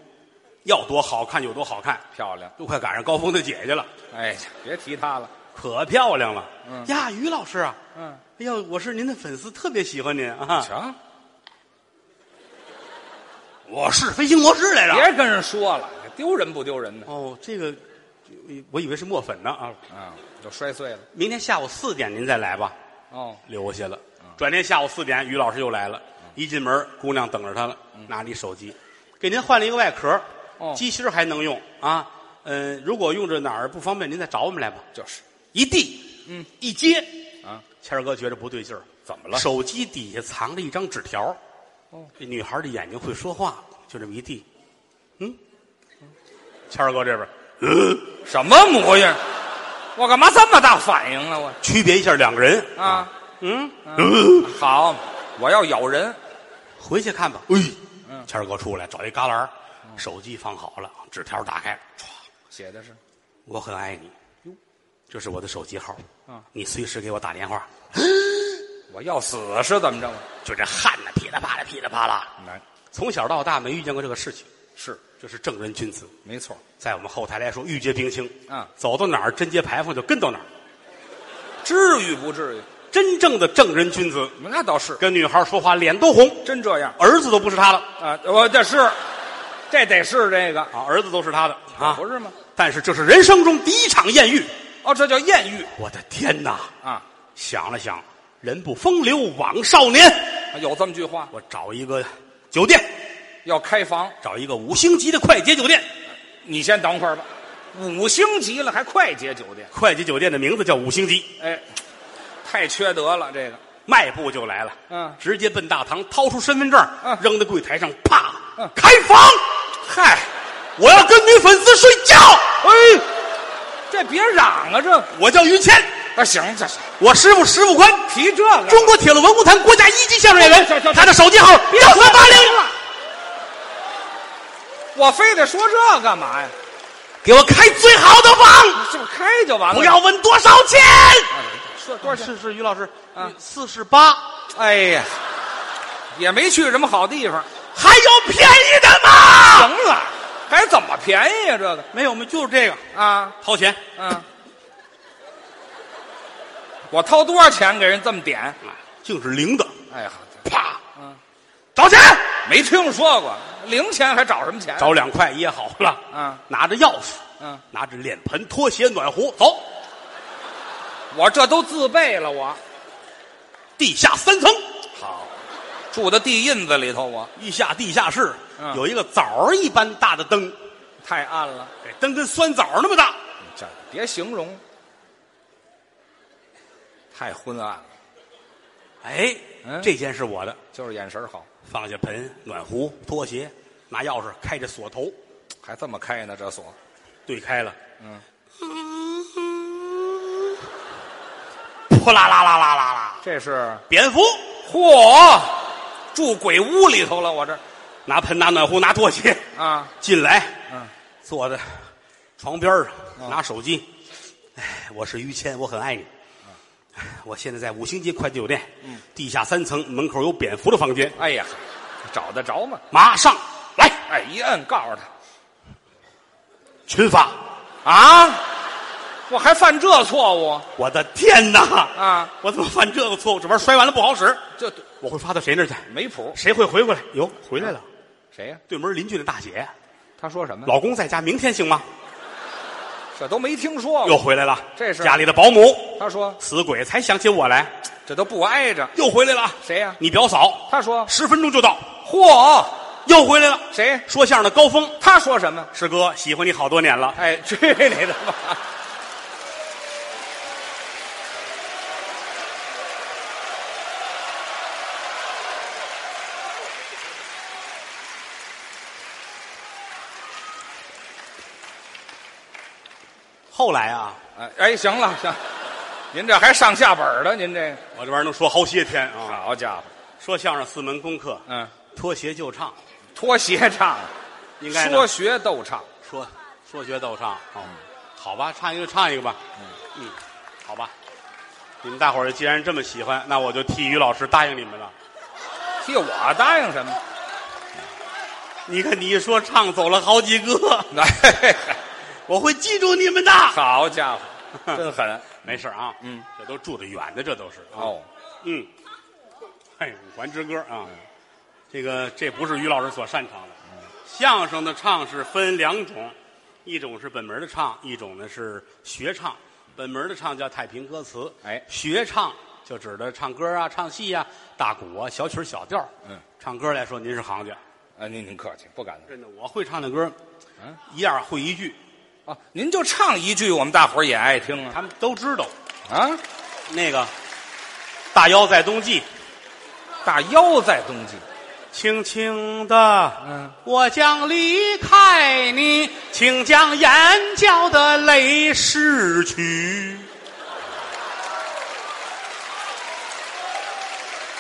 [SPEAKER 2] 要多好看有多好看，
[SPEAKER 3] 漂亮，
[SPEAKER 2] 都快赶上高峰的姐姐了，
[SPEAKER 3] 哎呀，别提他了。
[SPEAKER 2] 可漂亮了。
[SPEAKER 3] 嗯
[SPEAKER 2] 呀，于老师啊，
[SPEAKER 3] 嗯，
[SPEAKER 2] 哎呦，我是您的粉丝，特别喜欢您啊。
[SPEAKER 3] 瞧，
[SPEAKER 2] 我是飞行模式来着。
[SPEAKER 3] 别跟人说了，丢人不丢人呢？
[SPEAKER 2] 哦，这个我以为是墨粉呢啊。
[SPEAKER 3] 啊，就摔碎了。
[SPEAKER 2] 明天下午四点您再来吧。
[SPEAKER 3] 哦，
[SPEAKER 2] 留下了。转天下午四点，于老师又来了。
[SPEAKER 3] 嗯
[SPEAKER 2] 一进门，姑娘等着他了，拿了一手机，给您换了一个外壳，
[SPEAKER 3] 哦
[SPEAKER 2] 机芯儿还能用啊。嗯，如果用着哪儿不方便，您再找我们来吧。
[SPEAKER 3] 就是
[SPEAKER 2] 一递，嗯，一接，
[SPEAKER 3] 啊，
[SPEAKER 2] 谦儿哥觉着不对劲儿，
[SPEAKER 3] 怎么了
[SPEAKER 2] 手机底下藏着一张纸条，
[SPEAKER 3] 哦，
[SPEAKER 2] 这女孩的眼睛会说话，就这么一递，嗯，谦儿哥这边，嗯，
[SPEAKER 3] 什么模样？我干嘛这么大反应啊？我
[SPEAKER 2] 区别一下两个人，
[SPEAKER 3] 啊，
[SPEAKER 2] 嗯，嗯，
[SPEAKER 3] 好，我要咬人。
[SPEAKER 2] 回去看吧。哎，嗯谦儿哥出来找一旮旯儿，手机放好了，纸条打开了，唰
[SPEAKER 3] 写的是
[SPEAKER 2] 我很爱你，这是我的手机号
[SPEAKER 3] 啊，
[SPEAKER 2] 你随时给我打电话。
[SPEAKER 3] 我要死是怎么着？啊
[SPEAKER 2] 就这汗呐，噼里啪啦，噼里啪啦。
[SPEAKER 3] 难
[SPEAKER 2] 从小到大没遇见过这个事情，
[SPEAKER 3] 是
[SPEAKER 2] 这是正人君子，
[SPEAKER 3] 没错，
[SPEAKER 2] 在我们后台来说，玉洁冰清。
[SPEAKER 3] 啊
[SPEAKER 2] 走到哪儿贞洁牌坊就跟到哪儿，
[SPEAKER 3] 至于不至于？
[SPEAKER 2] 真正的正人君子，
[SPEAKER 3] 那倒是
[SPEAKER 2] 跟女孩说话脸都红，
[SPEAKER 3] 真这样
[SPEAKER 2] 儿子都不是他的
[SPEAKER 3] 啊！我这是，这得是这个
[SPEAKER 2] 啊，儿子都是他的啊，
[SPEAKER 3] 不是吗？
[SPEAKER 2] 但是这是人生中第一场艳遇，
[SPEAKER 3] 哦，这叫艳遇
[SPEAKER 2] 我的天哪！
[SPEAKER 3] 啊！
[SPEAKER 2] 想了想，人不风流枉少年，
[SPEAKER 3] 啊有这么句话，
[SPEAKER 2] 我找一个酒店，
[SPEAKER 3] 要开房，
[SPEAKER 2] 找一个五星级的快捷酒店。
[SPEAKER 3] 你先等会儿吧。五星级了还快捷酒店，
[SPEAKER 2] 快捷酒店的名字叫五星级，
[SPEAKER 3] 哎，太缺德了这个。
[SPEAKER 2] 迈步就来了，
[SPEAKER 3] 嗯
[SPEAKER 2] 直接奔大堂，掏出身份证，
[SPEAKER 3] 嗯
[SPEAKER 2] 扔在柜台上，啪，
[SPEAKER 3] 嗯
[SPEAKER 2] 开房！
[SPEAKER 3] 嗨，
[SPEAKER 2] 我要跟女粉丝睡觉。
[SPEAKER 3] 哎，这别嚷啊这个
[SPEAKER 2] 我叫于谦，
[SPEAKER 3] 啊行行行，
[SPEAKER 2] 我师傅石富宽，
[SPEAKER 3] 提这个
[SPEAKER 2] 中国铁路文工团国家一级相声演
[SPEAKER 3] 行行
[SPEAKER 2] 员，
[SPEAKER 3] 行
[SPEAKER 2] 他的手机号
[SPEAKER 3] 别
[SPEAKER 2] 六三八零。
[SPEAKER 3] 了，我非得说这干嘛呀？
[SPEAKER 2] 给我开最好的房，
[SPEAKER 3] 这不开就完了？
[SPEAKER 2] 不要问多少钱。
[SPEAKER 3] 说多少钱？
[SPEAKER 2] 是于老师嗯
[SPEAKER 3] 啊
[SPEAKER 2] 四十八。
[SPEAKER 3] 哎呀，也没去什么好地方。
[SPEAKER 2] 还有便宜的吗？
[SPEAKER 3] 行了，还怎么便宜呀、这个
[SPEAKER 2] 没有，我们就是这个，
[SPEAKER 3] 啊，
[SPEAKER 2] 掏钱。
[SPEAKER 3] 嗯、我掏多少钱给人这么点？
[SPEAKER 2] 啊，净是零的，
[SPEAKER 3] 哎呀，
[SPEAKER 2] 啪，
[SPEAKER 3] 嗯，
[SPEAKER 2] 找钱，
[SPEAKER 3] 没听说过，零钱还找什么钱？
[SPEAKER 2] 找两块掖好了。
[SPEAKER 3] 嗯，
[SPEAKER 2] 拿着钥匙，
[SPEAKER 3] 嗯，
[SPEAKER 2] 拿着脸盆、拖鞋、暖壶，走，
[SPEAKER 3] 我这都自备了，我
[SPEAKER 2] 地下三层，
[SPEAKER 3] 好住到地印子里头，我
[SPEAKER 2] 一下地下室、
[SPEAKER 3] 嗯
[SPEAKER 2] 有一个枣儿一般大的灯，
[SPEAKER 3] 太暗了，
[SPEAKER 2] 这灯跟酸嗯枣儿那么大，
[SPEAKER 3] 这别形容，太昏暗了，
[SPEAKER 2] 哎，
[SPEAKER 3] 嗯
[SPEAKER 2] 这间是我的，
[SPEAKER 3] 就是眼神儿好，
[SPEAKER 2] 放下盆、暖壶、拖鞋，拿钥匙开着锁头，
[SPEAKER 3] 还这么开呢，这锁
[SPEAKER 2] 对开了，
[SPEAKER 3] 嗯，
[SPEAKER 2] 扑啦啦啦啦啦啦，
[SPEAKER 3] 这是
[SPEAKER 2] 蝙蝠
[SPEAKER 3] 嚯，住鬼屋里头了，我这
[SPEAKER 2] 拿盆、拿暖壶、拿 拖鞋
[SPEAKER 3] 啊，
[SPEAKER 2] 进来，
[SPEAKER 3] 嗯，
[SPEAKER 2] 坐在床边上拿手机，哎，我是于谦，我很爱你。
[SPEAKER 3] 嗯
[SPEAKER 2] 我现在在五星街快捷酒店，地下三层门口有蝙蝠的房间，
[SPEAKER 3] 哎呀，找得着吗？
[SPEAKER 2] 马上来
[SPEAKER 3] 哎，一摁告诉他。
[SPEAKER 2] 群发！
[SPEAKER 3] 啊！我还犯这错误
[SPEAKER 2] 我的天哪！
[SPEAKER 3] 啊！
[SPEAKER 2] 我怎么犯这个错误？这玩意儿摔完了不好使，
[SPEAKER 3] 这
[SPEAKER 2] 我会发到谁那儿去？
[SPEAKER 3] 没谱。
[SPEAKER 2] 谁会回过来？哟，回来了！
[SPEAKER 3] 嗯谁呀、
[SPEAKER 2] 对门邻居的大姐，
[SPEAKER 3] 他说什么？
[SPEAKER 2] 老公在家，明天行吗？
[SPEAKER 3] 这都没听说
[SPEAKER 2] 又
[SPEAKER 3] 过。
[SPEAKER 2] 回来了，
[SPEAKER 3] 哦这是
[SPEAKER 2] 家里的保姆，
[SPEAKER 3] 他说
[SPEAKER 2] 死鬼才想起我来，
[SPEAKER 3] 这都不挨着。
[SPEAKER 2] 又回来了。
[SPEAKER 3] 谁呀
[SPEAKER 2] 你表嫂，
[SPEAKER 3] 他说
[SPEAKER 2] 十分钟就到，
[SPEAKER 3] 嚯，
[SPEAKER 2] 又回来了。
[SPEAKER 3] 谁？
[SPEAKER 2] 说相声的高峰，
[SPEAKER 3] 他说什么？
[SPEAKER 2] 师哥喜欢你好多年了。
[SPEAKER 3] 哎，去你的吧！
[SPEAKER 2] 后来啊，
[SPEAKER 3] 哎哎，行了行，您这还上下本儿的，您这个
[SPEAKER 2] 我这玩意儿能说好些天啊。
[SPEAKER 3] 好家伙，
[SPEAKER 2] 说相声四门功课，
[SPEAKER 3] 嗯，
[SPEAKER 2] 脱鞋就唱，
[SPEAKER 3] 脱鞋唱，
[SPEAKER 2] 应该呢
[SPEAKER 3] 说学逗唱，
[SPEAKER 2] 说说学逗唱。哦，
[SPEAKER 3] 嗯
[SPEAKER 2] 好吧，唱一个唱一个吧。嗯，好吧。你们大伙儿既然这么喜欢，那我就替于老师答应你们了。
[SPEAKER 3] 替我答应什么？
[SPEAKER 2] 你看，你一说唱走了好几个，
[SPEAKER 3] 哎，
[SPEAKER 2] 我会记住你们的。
[SPEAKER 3] 好家伙， 真狠
[SPEAKER 2] 没事啊，
[SPEAKER 3] 嗯，
[SPEAKER 2] 这都住得远的，这都是啊，
[SPEAKER 3] 哦！
[SPEAKER 2] 嗯，哎，五环之歌啊，这个这不是于老师所擅长的。相声的唱是分两种，一种是本门的唱，一种呢是学唱。本门的唱叫太平歌词，
[SPEAKER 3] 哎
[SPEAKER 2] 学唱就指的唱歌啊、唱戏啊、大鼓啊、小曲儿小调儿
[SPEAKER 3] 嗯，
[SPEAKER 2] 唱歌来说，您是行家，
[SPEAKER 3] 啊，您您客气，不敢
[SPEAKER 2] 真的，我会唱的歌，
[SPEAKER 3] 嗯，
[SPEAKER 2] 一样会一句，
[SPEAKER 3] 啊，您就唱一句，我们大伙儿也爱听啊
[SPEAKER 2] 他们都知道。
[SPEAKER 3] 啊！
[SPEAKER 2] 那个大腰在冬季，
[SPEAKER 3] 大腰在冬季，
[SPEAKER 2] 轻轻的，
[SPEAKER 3] 嗯，
[SPEAKER 2] 我将离开你，请将眼角的泪拭去。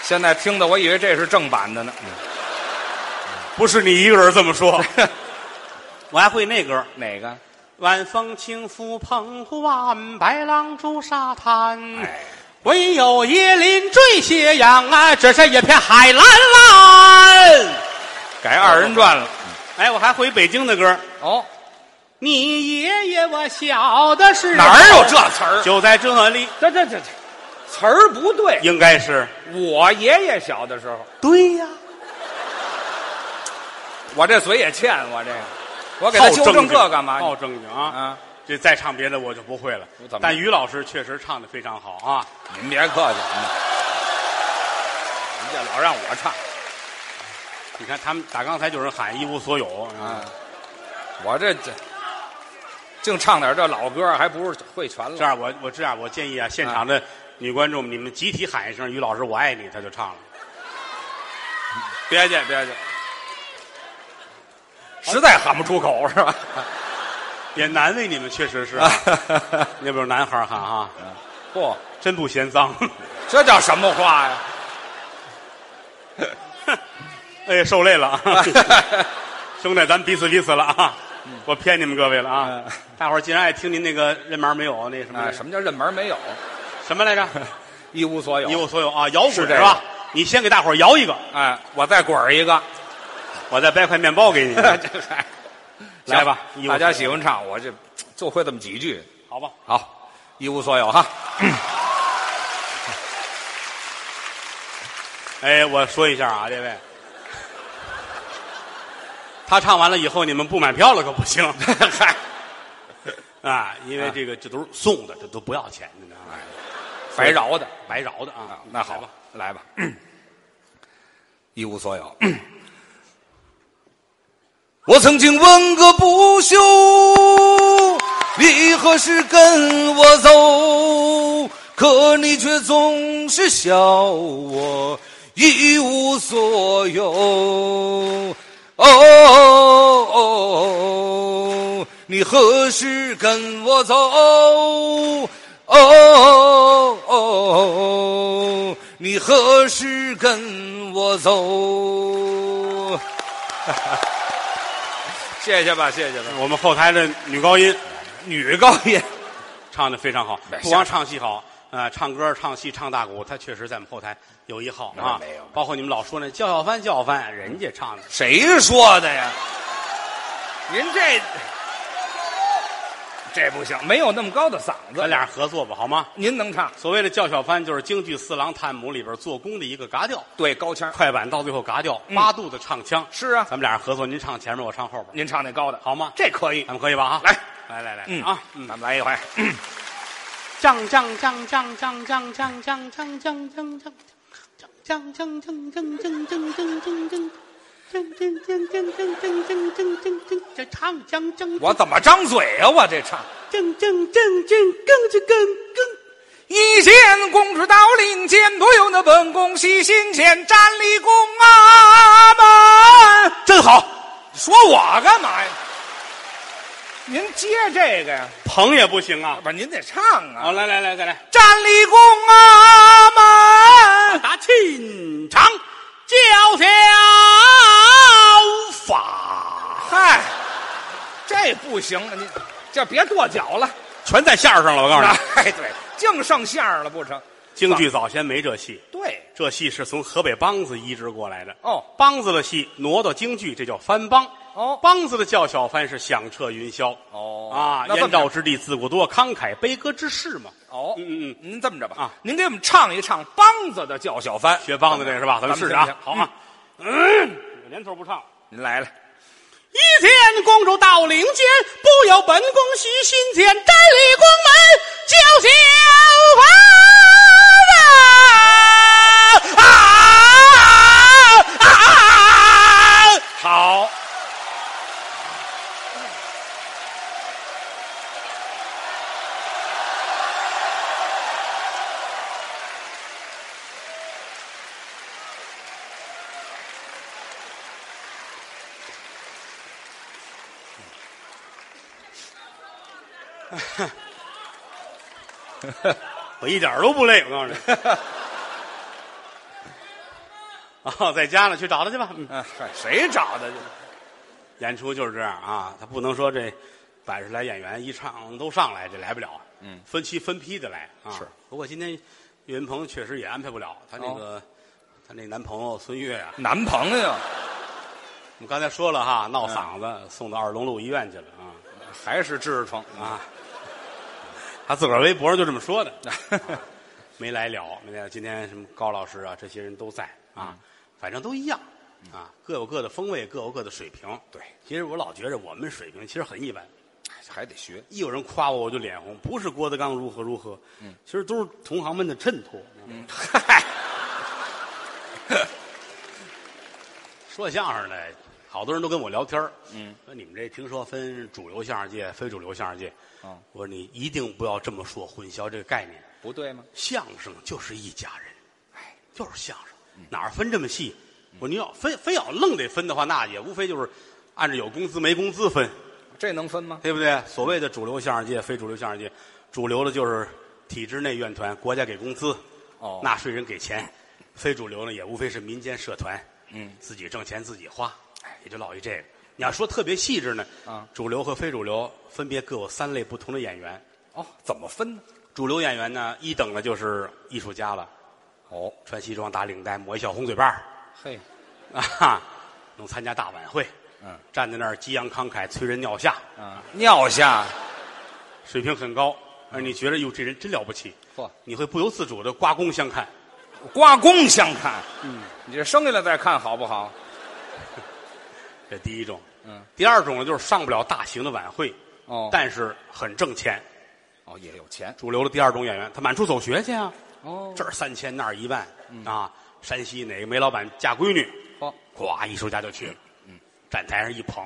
[SPEAKER 3] 现在听的我以为这是正版的呢。
[SPEAKER 2] 不是你一个人这 么说，我还会那歌儿：
[SPEAKER 3] 哪个？
[SPEAKER 2] 晚风轻拂澎湖湾，白浪逐沙滩。
[SPEAKER 3] 哎，
[SPEAKER 2] 唯有椰林缀斜阳啊，这是一片海蓝蓝。
[SPEAKER 3] 改二人转了。
[SPEAKER 2] 哎，我还会北京的歌儿。
[SPEAKER 3] 哦，
[SPEAKER 2] 你爷爷我小的时候
[SPEAKER 3] 哪儿有这词 儿？
[SPEAKER 2] 就在这里，
[SPEAKER 3] 这这这这词儿不对。
[SPEAKER 2] 应该是
[SPEAKER 3] 我爷爷小的时候，
[SPEAKER 2] 对呀、
[SPEAKER 3] 我这嘴也欠，我这个，我给他纠正这干嘛？嗯
[SPEAKER 2] 好正经啊！
[SPEAKER 3] 啊，
[SPEAKER 2] 这再唱别的我就不会了
[SPEAKER 3] 我怎么。
[SPEAKER 2] 但于老师确实唱的非常好啊！
[SPEAKER 3] 您别客气，嗯您这老让我唱
[SPEAKER 2] 你看他们打刚才就有人喊一无所有啊！
[SPEAKER 3] 啊，我这这净唱点这老歌，还不是会全
[SPEAKER 2] 这
[SPEAKER 3] 了？
[SPEAKER 2] 样我我这样我建议啊，现
[SPEAKER 3] 嗯
[SPEAKER 2] 场的女观众们你们集体喊一声“于老师我爱你”，他就唱了。
[SPEAKER 3] 别介别介，实在喊不出口是 吧？
[SPEAKER 2] 也难为你们，确实是啊。
[SPEAKER 3] 啊，
[SPEAKER 2] 那边有男孩喊啊，
[SPEAKER 3] 不，
[SPEAKER 2] 真不嫌脏。
[SPEAKER 3] 这叫什么话呀？
[SPEAKER 2] 哎，受累了 啊，兄弟，咱们彼此彼此了啊！我骗你们各位了啊
[SPEAKER 3] 嗯！
[SPEAKER 2] 大伙儿既然爱听您那个任毛没有
[SPEAKER 3] 哎
[SPEAKER 2] 那什么
[SPEAKER 3] 啊，什么叫认门没有？
[SPEAKER 2] 什么来着？
[SPEAKER 3] 嗯一无所有，
[SPEAKER 2] 一无所有啊，摇滚
[SPEAKER 3] 是这个
[SPEAKER 2] 吧？你先给大伙儿摇一个，
[SPEAKER 3] 哎，我再滚儿一个，
[SPEAKER 2] 我再掰块面 包给你。
[SPEAKER 3] 这还
[SPEAKER 2] 来吧
[SPEAKER 3] 行
[SPEAKER 2] 一无
[SPEAKER 3] 大家
[SPEAKER 2] 所
[SPEAKER 3] 喜欢唱，我这就会这么几句。
[SPEAKER 2] 好吧，
[SPEAKER 3] 好，一无所有哈。
[SPEAKER 2] 哎，我说一下啊，这位，他唱完了以后，你们不买票了可不行。嗨， 啊，因为这个这都是送的，这都不要钱的，你知道
[SPEAKER 3] 哎
[SPEAKER 2] 吗？
[SPEAKER 3] 白饶的，
[SPEAKER 2] 白饶的啊
[SPEAKER 3] 啊。那好
[SPEAKER 2] 来吧，，
[SPEAKER 3] 来吧，一无所有。我曾经问个不休，你何时跟我走？可你却总是笑我一无所有。哦哦，你何时跟我走？哦哦，你何时跟我走？谢谢吧，谢谢吧。
[SPEAKER 2] 我们后台的女高音
[SPEAKER 3] 女高音，
[SPEAKER 2] 唱的非常好
[SPEAKER 3] 没，事
[SPEAKER 2] 不光唱戏好，呃，唱歌、唱戏、唱大鼓，她确实在我们后台有一号啊。
[SPEAKER 3] 没有没有
[SPEAKER 2] 包括你们老说那叫小帆，叫小帆，人家唱的
[SPEAKER 3] 谁说的呀？您这这不行，没有那么高的嗓子。
[SPEAKER 2] 咱俩合作吧，好吗？
[SPEAKER 3] 您能唱？
[SPEAKER 2] 所谓的叫小帆，就是京剧《四郎探母》里边做工的一个嘎调。
[SPEAKER 3] 对，高腔。
[SPEAKER 2] 快板到最后嘎掉，
[SPEAKER 3] 嗯
[SPEAKER 2] 八度的唱腔。
[SPEAKER 3] 是啊
[SPEAKER 2] 咱们俩人合作，您唱前面，我唱后边，
[SPEAKER 3] 您唱那高的，
[SPEAKER 2] 好吗？
[SPEAKER 3] 这可以
[SPEAKER 2] 咱。们可以吧？啊，
[SPEAKER 3] 来，
[SPEAKER 2] 来来来，
[SPEAKER 3] 嗯
[SPEAKER 2] 啊，
[SPEAKER 3] 咱们来一回。
[SPEAKER 2] 降降降降降降降降降降降降。
[SPEAKER 3] 我怎么张嘴啊？我这唱。一见公主到令箭，不由那本宫喜心间，站立宫阿门。
[SPEAKER 2] 真好，
[SPEAKER 3] 说我干嘛呀？您接这个呀？
[SPEAKER 2] 捧也不行啊！
[SPEAKER 3] 不是，您得唱
[SPEAKER 2] 好，
[SPEAKER 3] 啊！
[SPEAKER 2] 来来来，再来，
[SPEAKER 3] 站立宫阿门，
[SPEAKER 2] 打清场，教条法，
[SPEAKER 3] 嗨，这不行啊！您这别跺脚了，
[SPEAKER 2] 全在线上了。我告诉你，
[SPEAKER 3] 哎，对，净剩馅儿了不成？
[SPEAKER 2] 京剧早先没这戏，
[SPEAKER 3] 对，
[SPEAKER 2] 这戏是从河北梆子移植过来的。
[SPEAKER 3] 哦，
[SPEAKER 2] 梆子的戏挪到京剧，这叫翻梆。
[SPEAKER 3] 哦
[SPEAKER 2] 梆子的叫小翻是响彻云霄。
[SPEAKER 3] 哦
[SPEAKER 2] 啊，
[SPEAKER 3] 那这么
[SPEAKER 2] 燕赵之地自古多，慷慨悲歌之士嘛。
[SPEAKER 3] 哦，
[SPEAKER 2] 嗯嗯嗯
[SPEAKER 3] 您这么着吧，
[SPEAKER 2] 啊
[SPEAKER 3] 您给我们唱一唱梆子的叫小番，
[SPEAKER 2] 学梆子这个是吧？咱们试试啊，好啊。嗯，连头不唱。
[SPEAKER 3] 您来了，
[SPEAKER 2] 一天公主到灵间，不由本宫喜心间，站立宫门叫小
[SPEAKER 3] 啊啊啊！好，
[SPEAKER 2] 我一点儿都不累，我告诉你。 啊，在家呢，去找他去吧。嗯。
[SPEAKER 3] 嗯，嗨，谁找的？
[SPEAKER 2] 演出就是这样啊，他不能说这百十来演员一唱都上来，这来不了。嗯，分期分批的来啊。
[SPEAKER 3] 是，
[SPEAKER 2] 不过今天岳云鹏确实也安排不了，他那
[SPEAKER 3] 哦
[SPEAKER 2] 个、他那男朋友孙越啊，
[SPEAKER 3] 男朋友
[SPEAKER 2] 我们刚才说了哈，闹嗓子、
[SPEAKER 3] 嗯
[SPEAKER 2] 送到二龙路医院去了啊
[SPEAKER 3] 还是痔疮啊？
[SPEAKER 2] 啊！他自个儿微博上就这 么说的，啊没来了，没来了。今天什么高老师啊，这些人都在
[SPEAKER 3] 嗯
[SPEAKER 2] 啊，反正都一样啊，各有各的风味，各有各的水平。
[SPEAKER 3] 对，
[SPEAKER 2] 其实我老觉着我们水平其实很一般。
[SPEAKER 3] 还得学。
[SPEAKER 2] 一有人夸我，我就脸红。不是郭德纲如何如何，其实都是同行们的衬托。嗯
[SPEAKER 3] 嗨，
[SPEAKER 2] 说相声的，好多人都跟我聊天嗯，说你们这听说分主流相声界、非主流相声界。
[SPEAKER 3] 嗯
[SPEAKER 2] 我说你一定不要这么说，混淆这个概念。
[SPEAKER 3] 不对吗？
[SPEAKER 2] 相声就是一家人，哎，嗯就是相声，哪儿分这么细？我说你要非非要愣得分的话，那也无非就是按照有工资没工资分，
[SPEAKER 3] 这能分吗？
[SPEAKER 2] 对不对？所谓的主流相声界、非主流相声界，主流的就是体制内院团，国家给工资，
[SPEAKER 3] 哦
[SPEAKER 2] 纳税人给钱；非主流呢，也无非是民间社团，
[SPEAKER 3] 嗯，
[SPEAKER 2] 自己挣钱自己花，哎，也就落于这个。你要说特别细致呢，
[SPEAKER 3] 啊
[SPEAKER 2] 主流和非主流分别各有三类不同的演员。
[SPEAKER 3] 哦，怎么分呢？
[SPEAKER 2] 主流演员呢，一等的就是艺术家了，
[SPEAKER 3] 哦，
[SPEAKER 2] 穿西装打领带，抹一小红嘴巴儿
[SPEAKER 3] 嘿，
[SPEAKER 2] 啊，哈，能参加大晚会。
[SPEAKER 3] 嗯
[SPEAKER 2] 站在那儿激昂慷慨，催人尿下，
[SPEAKER 3] 啊，尿下，
[SPEAKER 2] 水平很高，而你觉得哟，这人真了不起，
[SPEAKER 3] 嚯，
[SPEAKER 2] 你会不由自主的刮目相看。
[SPEAKER 3] 刮弓相看。嗯，你这生下来再看好不好？
[SPEAKER 2] 这第一种，
[SPEAKER 3] 嗯，
[SPEAKER 2] 第二种呢，就是上不了大型的晚会，
[SPEAKER 3] 哦，
[SPEAKER 2] 但是很挣钱。
[SPEAKER 3] 哦也有钱
[SPEAKER 2] 主流的第二种演员，他满处走学去啊，
[SPEAKER 3] 哦，嗯
[SPEAKER 2] 这儿三千那儿一万啊。山西哪个煤老板嫁闺女，
[SPEAKER 3] 嚯，
[SPEAKER 2] 咵一手家就去了，
[SPEAKER 3] 嗯
[SPEAKER 2] 站台上一捧，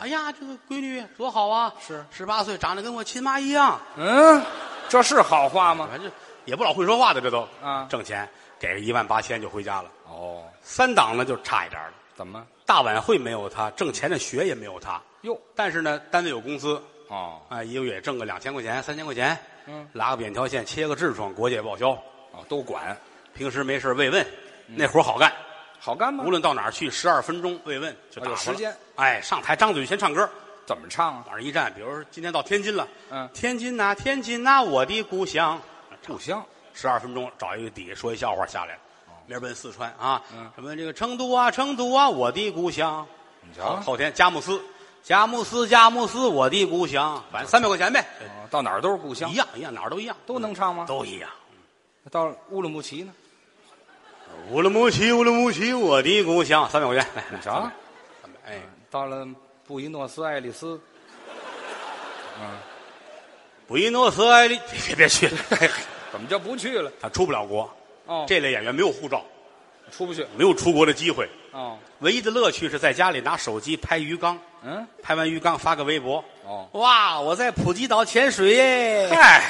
[SPEAKER 2] 哎呀，这个闺女多好啊，
[SPEAKER 3] 是
[SPEAKER 2] 十八岁，长得跟我亲妈一样，
[SPEAKER 3] 嗯，这是好话吗？
[SPEAKER 2] 反正也不老会说话的，这都
[SPEAKER 3] 啊
[SPEAKER 2] 挣钱给个一万八千就回家了。
[SPEAKER 3] 哦，
[SPEAKER 2] 三档呢就差一点了，
[SPEAKER 3] 怎么？
[SPEAKER 2] 大晚会没有他，挣钱的学也没有他，
[SPEAKER 3] 哟，
[SPEAKER 2] 但是呢，单位有工资，
[SPEAKER 3] 哦，
[SPEAKER 2] 啊，一个月挣个两千块钱、三千块钱，
[SPEAKER 3] 嗯，
[SPEAKER 2] 拉个扁条线，切个痔疮，国家也报销。
[SPEAKER 3] 哦，都管，
[SPEAKER 2] 平时没事慰问，
[SPEAKER 3] 嗯
[SPEAKER 2] 那活儿好干。
[SPEAKER 3] 好干吗
[SPEAKER 2] 无？论到哪儿去，十二分钟慰问就打
[SPEAKER 3] 啊有
[SPEAKER 2] 发了
[SPEAKER 3] 时间。
[SPEAKER 2] 哎，上台张嘴先唱歌，
[SPEAKER 3] 怎么唱啊？
[SPEAKER 2] 往上一站。比如说今天到天津了，
[SPEAKER 3] 嗯
[SPEAKER 2] 天津呐、天津呐、我的故乡。
[SPEAKER 3] 故乡，哦
[SPEAKER 2] 十二分钟找一个底下说一笑话下来了，明儿奔四川啊，
[SPEAKER 3] 嗯
[SPEAKER 2] 什么这个成都啊，成都啊，我的故乡。
[SPEAKER 3] 你
[SPEAKER 2] 后
[SPEAKER 3] 瞧，
[SPEAKER 2] 后天佳木斯，佳木斯，佳木斯，我的故乡。反正三百块钱呗，
[SPEAKER 3] 哦到哪儿都是故乡
[SPEAKER 2] 一，样一样，哪儿都一样，
[SPEAKER 3] 都能唱吗？
[SPEAKER 2] 都一样。
[SPEAKER 3] 到乌鲁木齐呢？
[SPEAKER 2] 乌鲁木齐，乌鲁木齐，我的故乡。三百块钱，来，来
[SPEAKER 3] 你瞧，
[SPEAKER 2] 三百哎，
[SPEAKER 3] 到了布宜诺斯艾利斯，
[SPEAKER 2] 布宜诺斯艾利，别 别别去了，
[SPEAKER 3] 怎么就不去了？
[SPEAKER 2] 他出不了国。
[SPEAKER 3] 哦，
[SPEAKER 2] 这类演员没有护照，
[SPEAKER 3] 出不去。
[SPEAKER 2] 没有出国的机会，
[SPEAKER 3] 哦，
[SPEAKER 2] 唯一的乐趣是在家里拿手机拍鱼缸，
[SPEAKER 3] 嗯，
[SPEAKER 2] 拍完鱼缸发个微博。
[SPEAKER 3] 哦，
[SPEAKER 2] 哇，我在普吉岛潜水耶！
[SPEAKER 3] 嗨，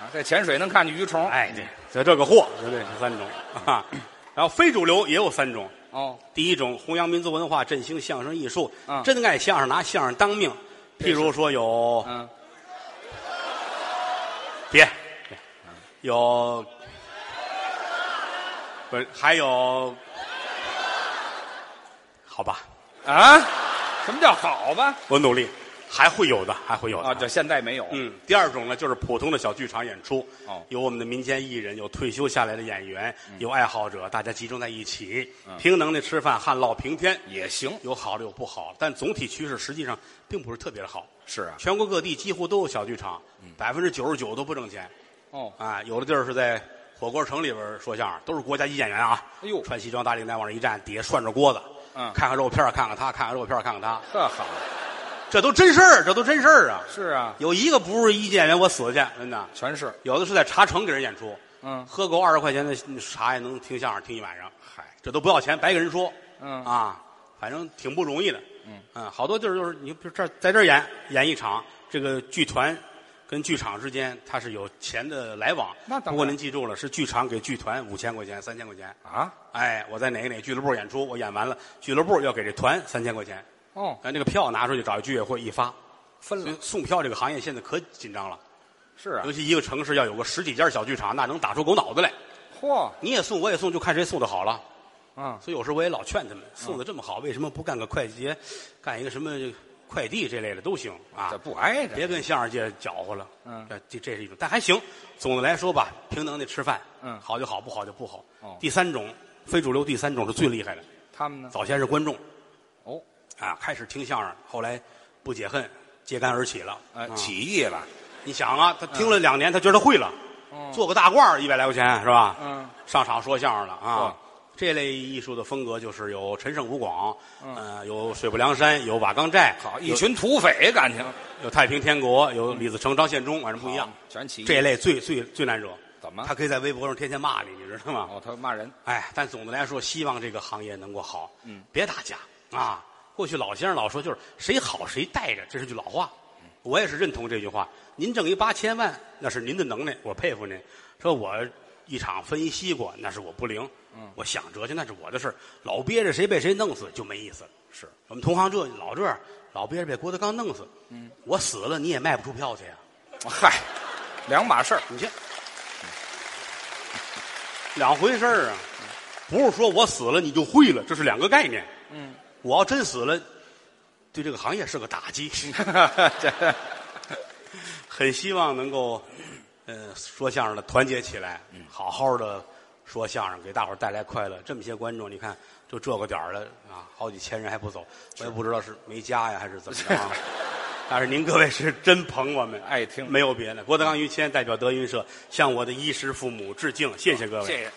[SPEAKER 3] 啊在潜水能看见鱼虫。
[SPEAKER 2] 哎，对，就这个货，就这三种啊。然后非主流也有三种，
[SPEAKER 3] 哦，
[SPEAKER 2] 第一种弘扬民族文化，振兴相声艺术，
[SPEAKER 3] 嗯
[SPEAKER 2] 真爱相声，拿相声当命。譬如说有
[SPEAKER 3] 嗯，
[SPEAKER 2] 别，别有，不是还有，好吧，
[SPEAKER 3] 啊，什么叫好吧？
[SPEAKER 2] 我努力，还会有的，还会有的。
[SPEAKER 3] 啊，这现在没有。
[SPEAKER 2] 嗯，第二种呢，就是普通的小剧场演出，
[SPEAKER 3] 哦
[SPEAKER 2] 有我们的民间艺人，有退休下来的演员，有爱好者，大家集中在一起，凭能力吃饭，旱涝平天，
[SPEAKER 3] 也行。
[SPEAKER 2] 有好的有不好的，但总体趋势实际上并不是特别的好。
[SPEAKER 3] 是啊。嗯
[SPEAKER 2] 全国各地几乎都有小剧场，百分之九十九都不挣钱。
[SPEAKER 3] 哦，
[SPEAKER 2] 啊，有的地儿是在火锅城里边儿说相声，都是国家级演员啊。
[SPEAKER 3] 哎呦
[SPEAKER 2] 穿西装打领带往上一站，底下涮着锅子，
[SPEAKER 3] 嗯
[SPEAKER 2] 看看肉片儿看看他，看看肉片儿看看他，
[SPEAKER 3] 这好。
[SPEAKER 2] 这都真事儿，这都真事儿啊。
[SPEAKER 3] 是啊，
[SPEAKER 2] 有一个不是一级演员，我死去，真的。
[SPEAKER 3] 全是。
[SPEAKER 2] 有的是在茶城给人演出，
[SPEAKER 3] 嗯
[SPEAKER 2] 喝够二十块钱的茶也能听相声听一晚上，
[SPEAKER 3] 嗨，
[SPEAKER 2] 这都不要钱，白给人说，
[SPEAKER 3] 嗯
[SPEAKER 2] 啊，反正挺不容易的，
[SPEAKER 3] 嗯
[SPEAKER 2] 好多地儿就是你比如这儿在这儿演演一场，这个剧团跟剧场之间它是有钱的来往，
[SPEAKER 3] 那当然
[SPEAKER 2] 不过您记住了，是剧场给剧团五千块钱、三千块钱，
[SPEAKER 3] 啊，
[SPEAKER 2] 哎，我在哪个哪个俱乐部演出，我演完了，俱乐部要给这团三千块钱，
[SPEAKER 3] 哦，
[SPEAKER 2] 哎，那个票拿出去找居委会一发，
[SPEAKER 3] 分
[SPEAKER 2] 所以
[SPEAKER 3] 了。
[SPEAKER 2] 送票这个行业现在可紧张了。
[SPEAKER 3] 是啊
[SPEAKER 2] 尤，其一个城市要有个十几家小剧场，那能打出狗脑子来。
[SPEAKER 3] 嚯，
[SPEAKER 2] 你也送，我也送，就看谁送的好了。
[SPEAKER 3] 啊，
[SPEAKER 2] 所以有时候我也老劝他们，送的这么好，为什么不干个快捷，干一个什么快递这类的都行啊
[SPEAKER 3] 这？不挨着。
[SPEAKER 2] 别跟相声界搅和了。
[SPEAKER 3] 嗯
[SPEAKER 2] 这这这是一种，但还行。总的来说吧，平等的吃饭。
[SPEAKER 3] 嗯
[SPEAKER 2] 好就好，不好就不好。
[SPEAKER 3] 哦嗯
[SPEAKER 2] 第三种非主流，第三种是最厉害的。
[SPEAKER 3] 他们呢？
[SPEAKER 2] 早先是观众
[SPEAKER 3] 哦，
[SPEAKER 2] 啊，开始听相声，后来不解恨，揭竿而起了。
[SPEAKER 3] 呃，
[SPEAKER 2] 啊
[SPEAKER 3] 起义了。
[SPEAKER 2] 你想啊，他听了两年，他觉得会了，做个大褂儿一百来块钱是吧？
[SPEAKER 3] 嗯，
[SPEAKER 2] 上场说相声了啊。这类艺术的风格就是有陈胜吴广，嗯、有水泊梁山，有瓦岗寨，
[SPEAKER 3] 好，一
[SPEAKER 2] 有
[SPEAKER 3] 群土匪，感情
[SPEAKER 2] 有太平天国，有李自成、张献忠，反正不一样
[SPEAKER 3] 好。全起义。
[SPEAKER 2] 哦这类最最最难惹，
[SPEAKER 3] 怎么
[SPEAKER 2] 他可以在微博上天天骂你，你知道吗？
[SPEAKER 3] 哦，他骂人。
[SPEAKER 2] 哎，但总的来说，希望这个行业能够好。
[SPEAKER 3] 嗯，
[SPEAKER 2] 别打架啊！过去老先生老说就是谁好谁带着，这是句老话。我也是认同这句话。您挣一八千万，那是您的能耐，我佩服您。说我一场分一西瓜，那是我不灵。嗯，我想折去那是我的事儿老憋着谁被谁弄死就没意思了。
[SPEAKER 3] 是
[SPEAKER 2] 我们同行这老这样，老憋着被郭德纲弄死。嗯，我死了你也卖不出票去呀、
[SPEAKER 3] 嗨，两码事儿。
[SPEAKER 2] 你这两回事儿啊，不是说我死了你就会了，这是两个概念。
[SPEAKER 3] 嗯，
[SPEAKER 2] 我要真死了，对这个 行业是个打击。
[SPEAKER 3] 这
[SPEAKER 2] 很希望能够嗯，说相声的团结起来，
[SPEAKER 3] 嗯
[SPEAKER 2] 好好的说相声，给大伙儿带来快乐。这么些观众，你看就这个点儿了啊，好几千人还不走，我也不知道是没家呀还是怎么着 啊。但是您各位是真捧我们，
[SPEAKER 3] 爱听
[SPEAKER 2] 没有别的。郭德纲、于谦代表德云社向我的衣食父母致敬，谢谢各位。
[SPEAKER 3] 谢谢。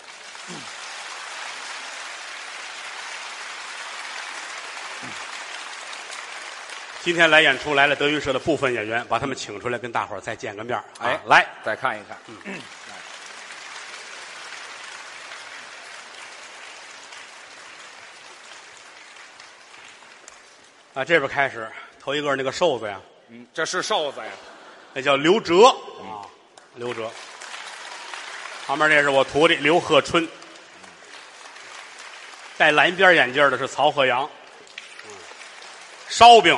[SPEAKER 2] 今天来演出来了德云社的部分演员，把他们请出来跟大伙儿再见个面儿啊
[SPEAKER 3] 哎，
[SPEAKER 2] 来，
[SPEAKER 3] 再看一看，
[SPEAKER 2] 嗯啊，这边开始，头一个那个瘦子呀，
[SPEAKER 3] 嗯，这是瘦子呀，
[SPEAKER 2] 那叫刘哲啊，刘哲。旁边这是我徒弟刘鹤春，戴蓝边眼镜的是曹鹤阳，嗯烧饼，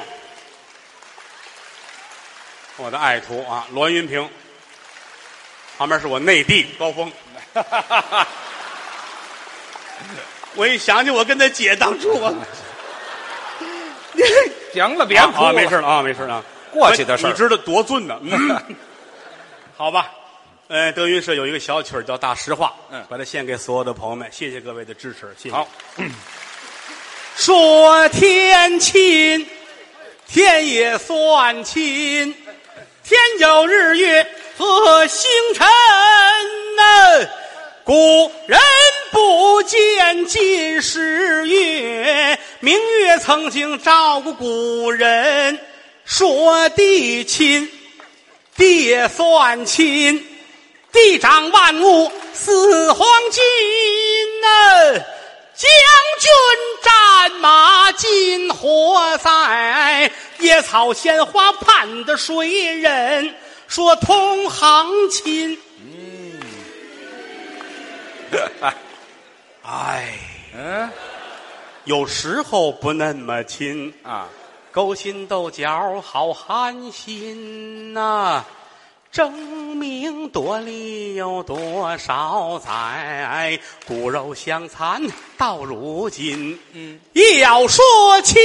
[SPEAKER 2] 我的爱徒啊，栾云平。旁边是我内弟高峰， 我一想起我跟他姐当初我。
[SPEAKER 3] 行了，别
[SPEAKER 2] 啊
[SPEAKER 3] 哭
[SPEAKER 2] 啊，
[SPEAKER 3] 了，
[SPEAKER 2] 没事了啊，没事了啊，
[SPEAKER 3] 过去的事儿
[SPEAKER 2] 你知道多俊呢？ 嗯好吧，呃，德云社有一个小曲儿叫《大实话》，
[SPEAKER 3] 嗯
[SPEAKER 2] 把它献给所有的朋友们，谢谢各位的支持，谢谢。
[SPEAKER 3] 好，
[SPEAKER 2] 说天亲，天也算亲，天有日月和星辰呐、古人不见近时月，明月曾经照过古人。说地亲，地也算亲，地长万物似黄金呐、将军战马金火在，野草鲜花盼的谁人？说同行亲。嗯，哎，
[SPEAKER 3] 嗯
[SPEAKER 2] 有时候不那么亲。
[SPEAKER 3] 啊，
[SPEAKER 2] 勾心斗角好寒心呐、争名夺利有多少载？骨肉相残到如今，嗯，一要说亲，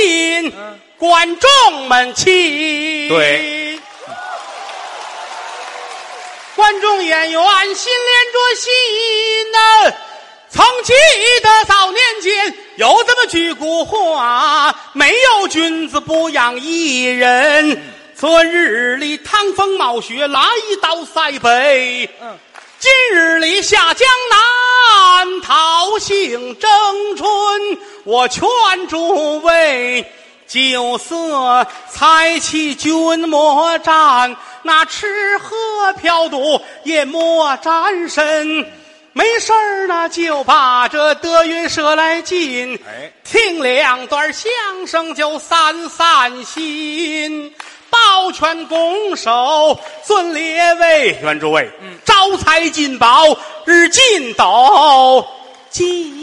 [SPEAKER 3] 嗯
[SPEAKER 2] 观众们亲，
[SPEAKER 3] 对，
[SPEAKER 2] 观众演员心连着心呐、曾记得早年间有这么句古话：没有君子不养艺人。
[SPEAKER 3] 嗯
[SPEAKER 2] 昨日里趟风冒雪来到塞北，
[SPEAKER 3] 嗯，
[SPEAKER 2] 今日里下江南，桃杏争春。我劝诸位，酒色财气均莫沾，那吃喝嫖赌也莫沾身。没事儿呢，就把这德云社来进，
[SPEAKER 3] 哎
[SPEAKER 2] 听两段相声就散散心。抱拳拱手，尊列位，愿诸位，招财进宝，日进斗金。